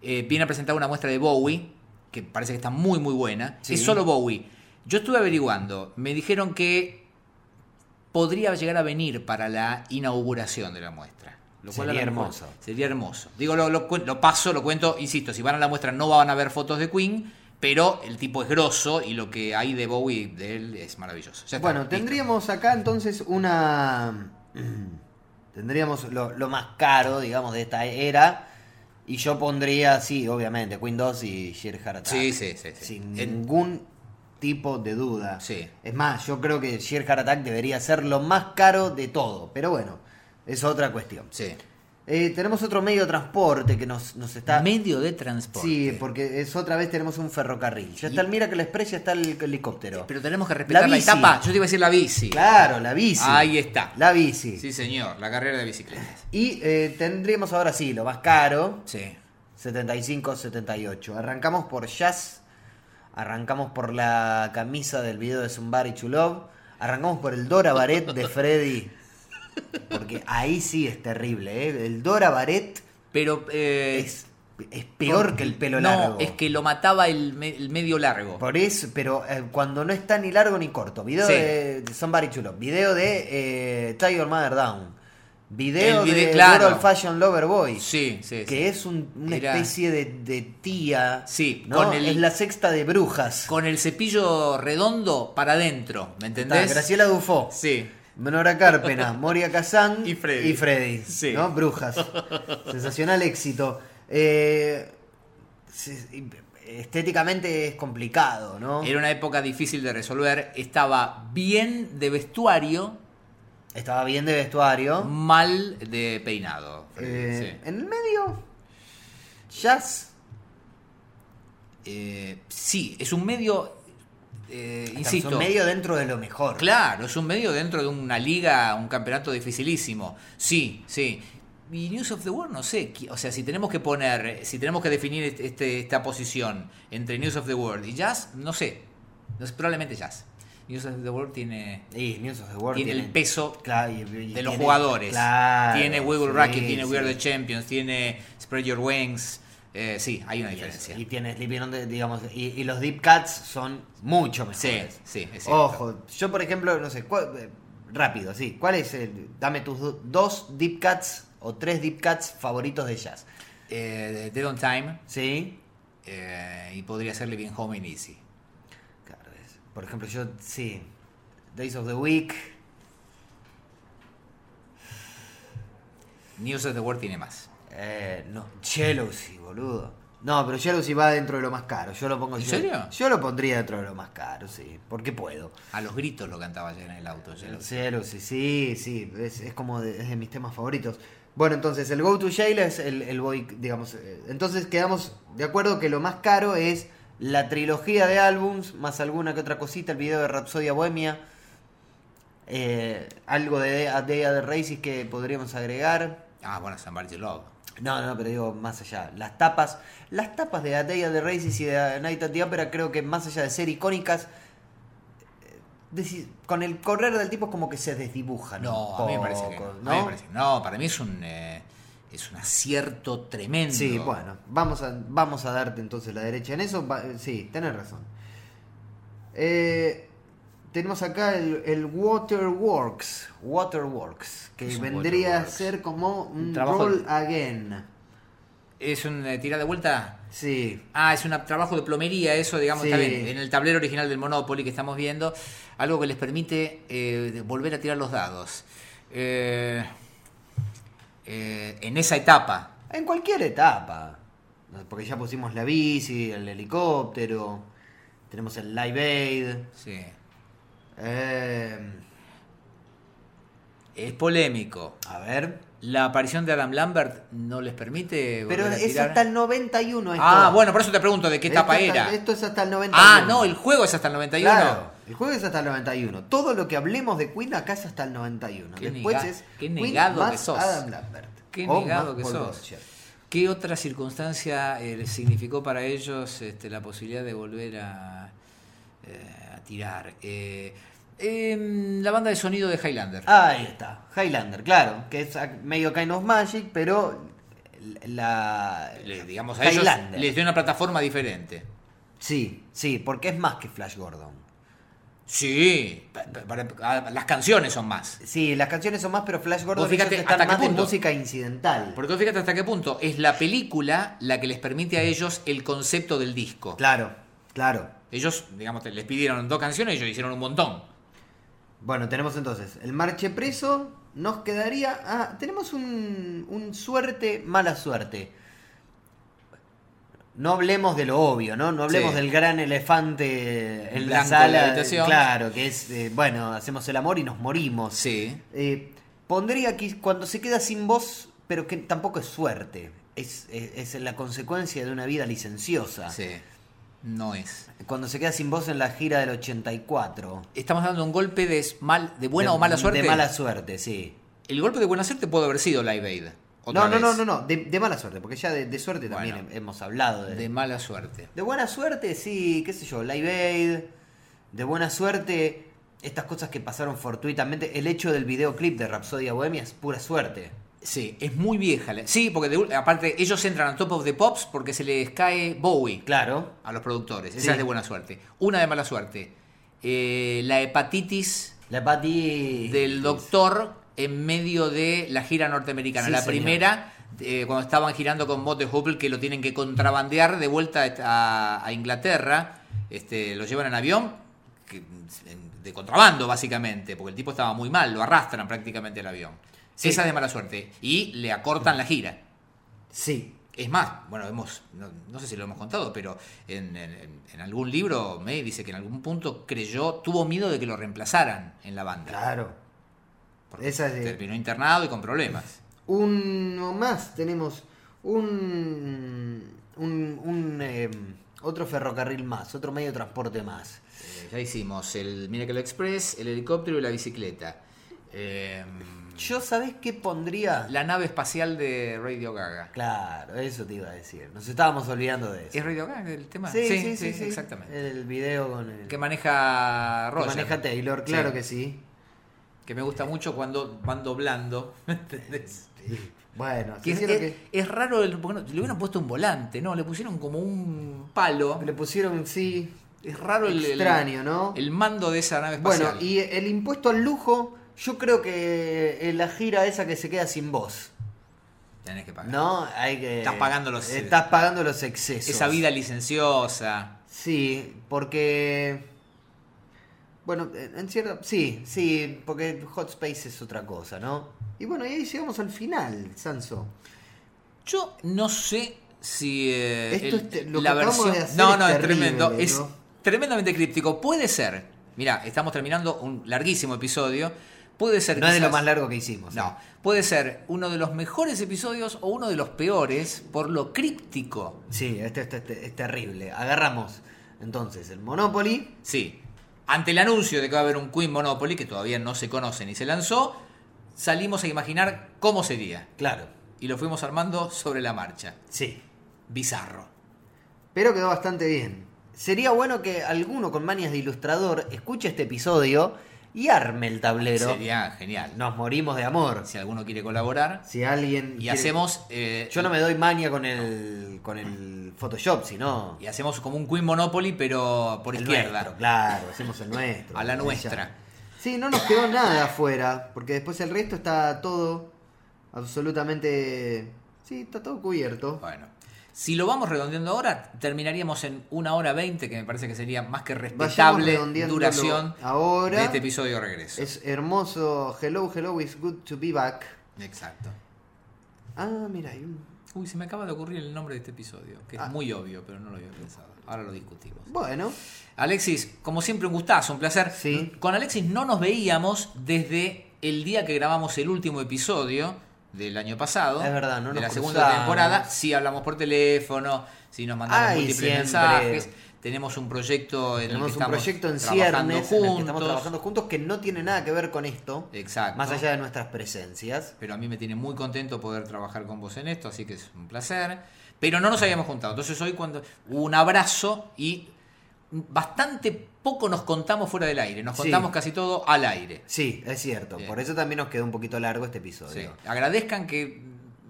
Eh, viene a presentar una muestra de Bowie, que parece que está muy, muy buena. Sí. Es solo Bowie. Yo estuve averiguando. Me dijeron que podría llegar a venir para la inauguración de la muestra. Lo cual Sería a lo mejor hermoso. Sería hermoso. Digo, lo, lo cuen- lo paso, lo cuento, insisto, si van a la muestra no van a ver fotos de Queen, pero el tipo es grosso y lo que hay de Bowie de él es maravilloso. Ya está, Bueno, listo. tendríamos acá entonces una. [clears throat] Tendríamos lo, lo más caro, digamos, de esta era. Y yo pondría, sí, obviamente, Queen 2 y Sheer Heart Attack. Sí, sí, sí, sí. Sin En- ningún tipo de duda. Sí. Es más, yo creo que Sheer Heart Attack debería ser lo más caro de todo. Pero bueno, es otra cuestión. Sí. Eh, tenemos otro medio de transporte que nos, nos está. Medio de transporte. Sí, porque es otra vez tenemos un ferrocarril. Ya está el Miracle Express, ya está el helicóptero. Pero tenemos que respetar la, bici. etapa. Yo te iba a decir la bici. Claro, la bici. Ahí está. La bici. Sí, señor, la carrera de bicicletas. Y eh, tendríamos ahora sí lo más caro, [laughs] Sí. 75-78. Arrancamos por Jazz, arrancamos por la camisa del video de Zumbar y Chulov, arrancamos por el Dora Baret de Freddy, porque ahí sí es terrible, ¿eh? El Dora Baret Pero. eh, es, es peor por- que el pelo no, largo. es que lo mataba el, me- el medio largo. Por eso, pero eh, cuando no está ni largo ni corto. Video Sí. de Somebody Chulo. Video de eh, Tiger Mother Down. Video El vide- de claro. Good Old Fashion Lover Boy. Sí, sí. sí. Que es un- una Era- especie de, de tía. Sí, ¿no? con el- Es la sexta de brujas. Con el cepillo redondo para adentro, ¿me Está, entendés? Graciela Dufo. Sí. [laughs] Menora Carpena, Moria Kazan Y Freddy. Sí. ¿no? [laughs] Brujas. Sensacional éxito. Eh, se- estéticamente es complicado, ¿no? Era una época difícil de resolver. Estaba bien de vestuario, Estaba bien de vestuario. mal de peinado. Eh, Sí. En el medio, jazz. Eh, sí, es un medio. eh, insisto. Un medio dentro de lo mejor. Claro, es un medio dentro de una liga, un campeonato dificilísimo. Sí, sí. Y News of the World, no sé. qui- O sea, si tenemos que poner, si tenemos que definir est- este- esta posición entre News of the World y Jazz, no sé. No sé, probablemente Jazz. News of the World tiene. Y News of the World Tiene el peso Claro, y- y de los tiene- jugadores. Claro, tiene We Will sí, Rock You, tiene We Are sí. the Champions, tiene Spread Your Wings. Eh, sí, hay una Y diferencia. eso, Y tiene Sleeping on the- digamos, y, y los Deep Cuts son mucho Sí, mejores. sí, es cierto. pues, Ojo, yo por ejemplo, no sé, ¿cuál- eh, rápido, sí. ¿Cuál es el- Dame tus do- dos Deep Cuts o tres Deep Cuts favoritos de jazz. Eh, Dead on Time ¿Sí? eh, y podría ser Living Home and Easy. Claro, es- Por ejemplo, yo, sí. Days of the Week. News of the World tiene más. Eh, no, Jealousy, boludo. No, pero Jealousy va dentro de lo más caro. Yo lo pongo ¿En yo- serio? Yo lo pondría dentro de lo más caro, sí. Porque puedo. A los gritos lo cantaba ayer en el auto. Eh, ayer. Jealousy, sí, sí. Es, es como de, es de mis temas favoritos. Bueno, entonces, el Go to Jail es el, el boy, digamos. eh, Entonces quedamos de acuerdo que lo más caro es la trilogía de álbums, más alguna que otra cosita, el video de Rapsodia Bohemia. Eh, algo de A Day of the Races que podríamos agregar. Ah, bueno, Somebody to Love. No, no, pero digo más allá. Las tapas, las tapas de A Day of the Races y de A Night at the Opera creo que más allá de ser icónicas, eh, desi- con el correr del tipo es como que se desdibujan. No, un a mí me parece que poco, no. a mí me parece que no, para mí es un, eh, es un acierto tremendo. Sí, bueno, vamos a, vamos a darte entonces la derecha en eso. va- sí, tenés razón. Eh, tenemos acá el, el Waterworks. Waterworks, que Es un vendría Waterworks. a ser como un Un trabajo roll de- again. ¿Es un eh, tira de vuelta? Sí, Ah, es un trabajo de plomería, eso, digamos, Sí. está bien. En el tablero original del Monopoly que estamos viendo, algo que les permite eh, de- volver a tirar los dados. Eh, eh, en esa etapa. en cualquier etapa. Porque ya pusimos la bici, el helicóptero, tenemos el Live Aid. Sí. eh, Es polémico. a ver. La aparición de Adam Lambert no les permite. volver Pero a es tirar. hasta el 91 esto. Ah, bueno, por eso te pregunto de qué Esto etapa hasta- era. Esto es hasta el 91. Ah, no, el juego es hasta el 91. Claro, el juego es hasta el 91. Todo lo que hablemos de Queen acá es hasta el 91. Qué Después nega- es qué Queen negado más que sos. Adam Lambert. Qué O negado más que Paul sos. Rothschild. ¿Qué otra circunstancia eh, les significó para ellos este, la posibilidad de volver a, eh, a tirar? Eh, em, la banda de sonido de Highlander. Ahí está, Highlander, claro, que es ac- medio Kind of Magic, pero la... Le- digamos a ellos Highlander. les dio una plataforma diferente. Sí, sí, porque es más que Flash Gordon. Sí, pa- pa- para- ah, las canciones son más. Sí, las canciones son más, pero Flash Gordon fíjate ellos están hasta qué más de punto. música incidental. Porque fíjate hasta qué punto es la película la que les permite a ellos el concepto del disco. Claro, claro. Ellos, digamos, te- les pidieron dos canciones y ellos hicieron un montón. Bueno, tenemos entonces el marche preso. Nos quedaría. Ah, tenemos un, un suerte, mala suerte. No hablemos de lo obvio, ¿no? No hablemos Sí. del gran elefante en la Blanco sala. de la habitación. Claro, que es, eh, bueno, hacemos el amor y nos morimos. Sí. Eh, pondría aquí cuando se queda sin voz, pero que tampoco es suerte. Es, es- es la consecuencia de una vida licenciosa. Sí. No es. Cuando se queda sin voz en la gira del 84. Estamos dando un golpe de s- mal, de buena De- o mala suerte. De mala suerte, sí. El golpe de buena suerte puede haber sido Live Aid. otra No, no, vez. no, no, no, de, de mala suerte, porque ya de, de suerte también Bueno. he- hemos hablado. De, De mala suerte. de buena suerte, sí, qué sé yo, Live Aid. De buena suerte, estas cosas que pasaron fortuitamente. El hecho del videoclip de Rapsodia Bohemia es pura suerte. Sí, es muy vieja. la- Sí, porque de ul- aparte ellos entran a Top of the Pops porque se les cae Bowie Claro. a los productores. Esa Sí. es de buena suerte. Una de mala suerte. Eh, la hepatitis La Patti. del doctor en medio de la gira norteamericana. Sí, la señor. primera, eh, cuando estaban girando con Bob de Hubble, que lo tienen que contrabandear de vuelta a, a Inglaterra, este, lo llevan en avión, que- en- de contrabando básicamente, porque el tipo estaba muy mal, lo arrastran prácticamente el avión. Sí. Esa es de mala suerte. Y le acortan la gira. Sí. Es más, bueno, hemos, no, no sé si lo hemos contado, pero en, en- en algún libro May dice que en algún punto creyó, tuvo miedo de que lo reemplazaran en la banda. Claro. Porque Esa es de- Terminó internado y con problemas. Uno más, tenemos un. un, un, em, otro ferrocarril más, otro medio de transporte más. Eh, ya hicimos el Miracle Express, el helicóptero y la bicicleta. Eh, Yo, ¿sabés qué pondría? la nave espacial de Radio Gaga. Claro, eso te iba a decir. Nos estábamos olvidando de eso. ¿Es Radio Gaga el tema? exactamente. El video con el Que maneja que Roger. maneja Taylor, claro Sí. que sí. Que me gusta mucho cuando van doblando. [laughs] ¿entendés? Bueno, Que sí, es, creo es- es raro, el, porque no- le hubieran puesto un volante, ¿no? Le pusieron como un palo. que le pusieron sí. Es raro el, el- Extraño, ¿no? el mando de esa nave espacial. Bueno, y el impuesto al lujo, yo creo que en la gira esa que se queda sin voz. Tenés que pagar. ¿No? Hay que. Estás pagando los- Estás pagando los excesos. Esa vida licenciosa. Sí, porque. Bueno, en cierto. Sí, sí, porque Hot Space es otra cosa, ¿no? Y bueno, y ahí llegamos al final, Sanso. Yo no sé si eh, Esto el- es- lo la que acabamos versión de hacer no es no es terrible, tremendo ¿no? es tremendamente críptico puede ser mira estamos terminando un larguísimo episodio puede ser No es de lo quizás- más largo que hicimos. no puede ser uno de los mejores episodios o uno de los peores por lo críptico Sí, este, este- este es terrible. Agarramos entonces el Monopoly, sí Ante el anuncio de que va a haber un Queen Monopoly, que todavía no se conoce ni se lanzó, salimos a imaginar cómo sería. Claro, Y lo fuimos armando sobre la marcha. sí. Bizarro. Pero quedó bastante bien. Sería bueno que alguno con manias de ilustrador escuche este episodio y arme el tablero. Sería genial. Nos morimos de amor. Si alguno quiere colaborar. Si alguien. Y quiere- hacemos. eh, Yo no me doy mania con el. con el Photoshop, sino. Y hacemos como un Queen Monopoly, pero por el izquierda. nuestro, claro, hacemos el nuestro. A la Y ya. nuestra. Sí, no nos quedó nada afuera, porque después el resto está todo absolutamente. Sí, está todo cubierto. Bueno. Si lo vamos redondeando ahora, terminaríamos en una hora veinte, que me parece que sería más que Vayamos respetable redondeándolo duración ahora. de este episodio de regreso. Es hermoso. Hello, hello, it's good to be back. Exacto. Ah, mira, hay un- Uy, se me acaba de ocurrir el nombre de este episodio, que Ah. es muy obvio, pero no lo había pensado. Ahora lo discutimos. Bueno, Alexis, como siempre, un gustazo, un placer. Sí. Con Alexis no nos veíamos desde el día que grabamos el último episodio del año pasado. Es verdad, no De nos la segunda cruzamos. temporada. Sí hablamos por teléfono, sí nos mandamos Ay, múltiples siempre. mensajes. Tenemos un proyecto en tenemos el que un estamos proyecto en trabajando ciernes en el que estamos trabajando juntos que no tiene nada que ver con esto, Exacto. más allá de nuestras presencias. Pero a mí me tiene muy contento poder trabajar con vos en esto, así que es un placer. Pero no nos habíamos juntado. Entonces hoy cuando hubo un abrazo y bastante poco nos contamos fuera del aire. Nos Sí. contamos casi todo al aire. Sí, es cierto. Bien. Por eso también nos quedó un poquito largo este Sí. episodio. Agradezcan que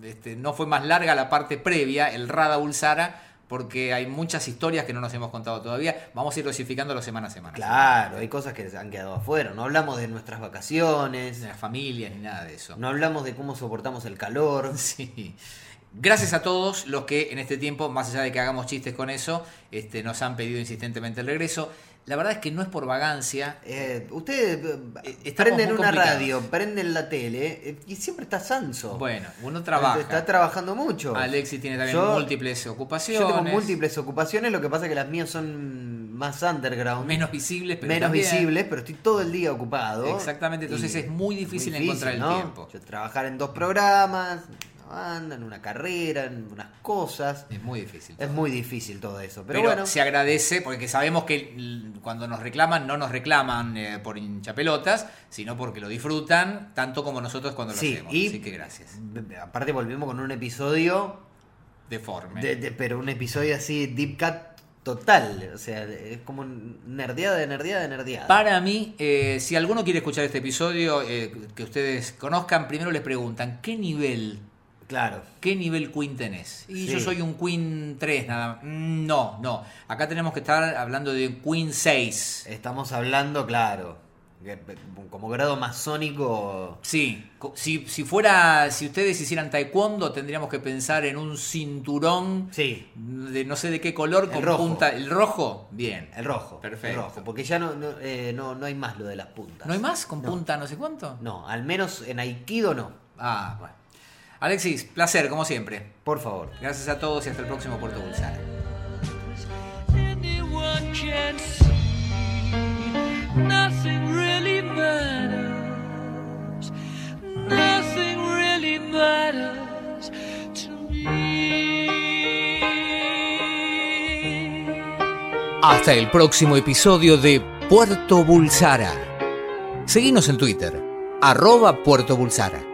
este, no fue más larga la parte previa, el Rada Ulsara, porque hay muchas historias que no nos hemos contado todavía. Vamos a ir dosificándolo semana a semana. Claro, hay cosas que han quedado afuera. No hablamos de nuestras vacaciones, Ni las familias, ni nada de eso. no hablamos de cómo soportamos el calor. [laughs] Sí. Gracias a todos los que en este tiempo, más allá de que hagamos chistes con eso, este, nos han pedido insistentemente el regreso. La verdad es que no es por vagancia. Eh, ustedes eh, Eh, estamos prenden muy una complicados. radio, prenden la tele eh, y siempre está Sanso. Bueno, uno Está trabaja. trabajando mucho. Alexis tiene también Yo- múltiples Yo ocupaciones. tengo múltiples ocupaciones, lo que pasa es que las mías son más underground, menos, Menos visibles, pero también- visibles, pero estoy todo el día ocupado. Exactamente, entonces Y es muy difícil encontrar el ¿no? tiempo. Yo trabajar en dos programas, en una banda, en una carrera, en unas cosas. Es muy difícil. Es muy difícil todo eso, pero, Pero, bueno. se agradece porque sabemos que mm, cuando nos reclaman, no nos reclaman eh, por hinchapelotas, sino porque lo disfrutan tanto como nosotros cuando lo Sí, hacemos. y- Así que gracias. Aparte volvimos con un episodio, Deforme. de- de- pero un episodio así deep cut total, o sea, es como nerdeada de nerdeada de nerdeada. Para mí, eh, si alguno quiere escuchar este episodio eh, que ustedes conozcan, primero les preguntan, ¿qué nivel, Claro. qué nivel Queen tenés? Y yo Sí. soy un Queen 3 nada más. Mm, No, no. Acá tenemos que estar hablando de un Queen 6. Estamos hablando, claro, que- como grado masónico. Sí, co- si, si fuera, si ustedes hicieran taekwondo, tendríamos que pensar en un cinturón Sí. de no sé de qué color, El con rojo. punta. ¿El rojo? Bien. El rojo. Perfecto. El rojo, porque ya no, no, eh, no, no hay más lo de las puntas. ¿No hay más? ¿Con punta no sé cuánto? No, al menos en Aikido no. Ah, bueno. Alexis, placer, como siempre. Por favor. Gracias a todos y hasta el próximo Puerto Bulsara. anyone can see. Nothing really matters. Nothing really matters to me. Hasta el próximo episodio de Puerto Bulsara. Seguimos en Twitter, arroba Puerto Bulsara.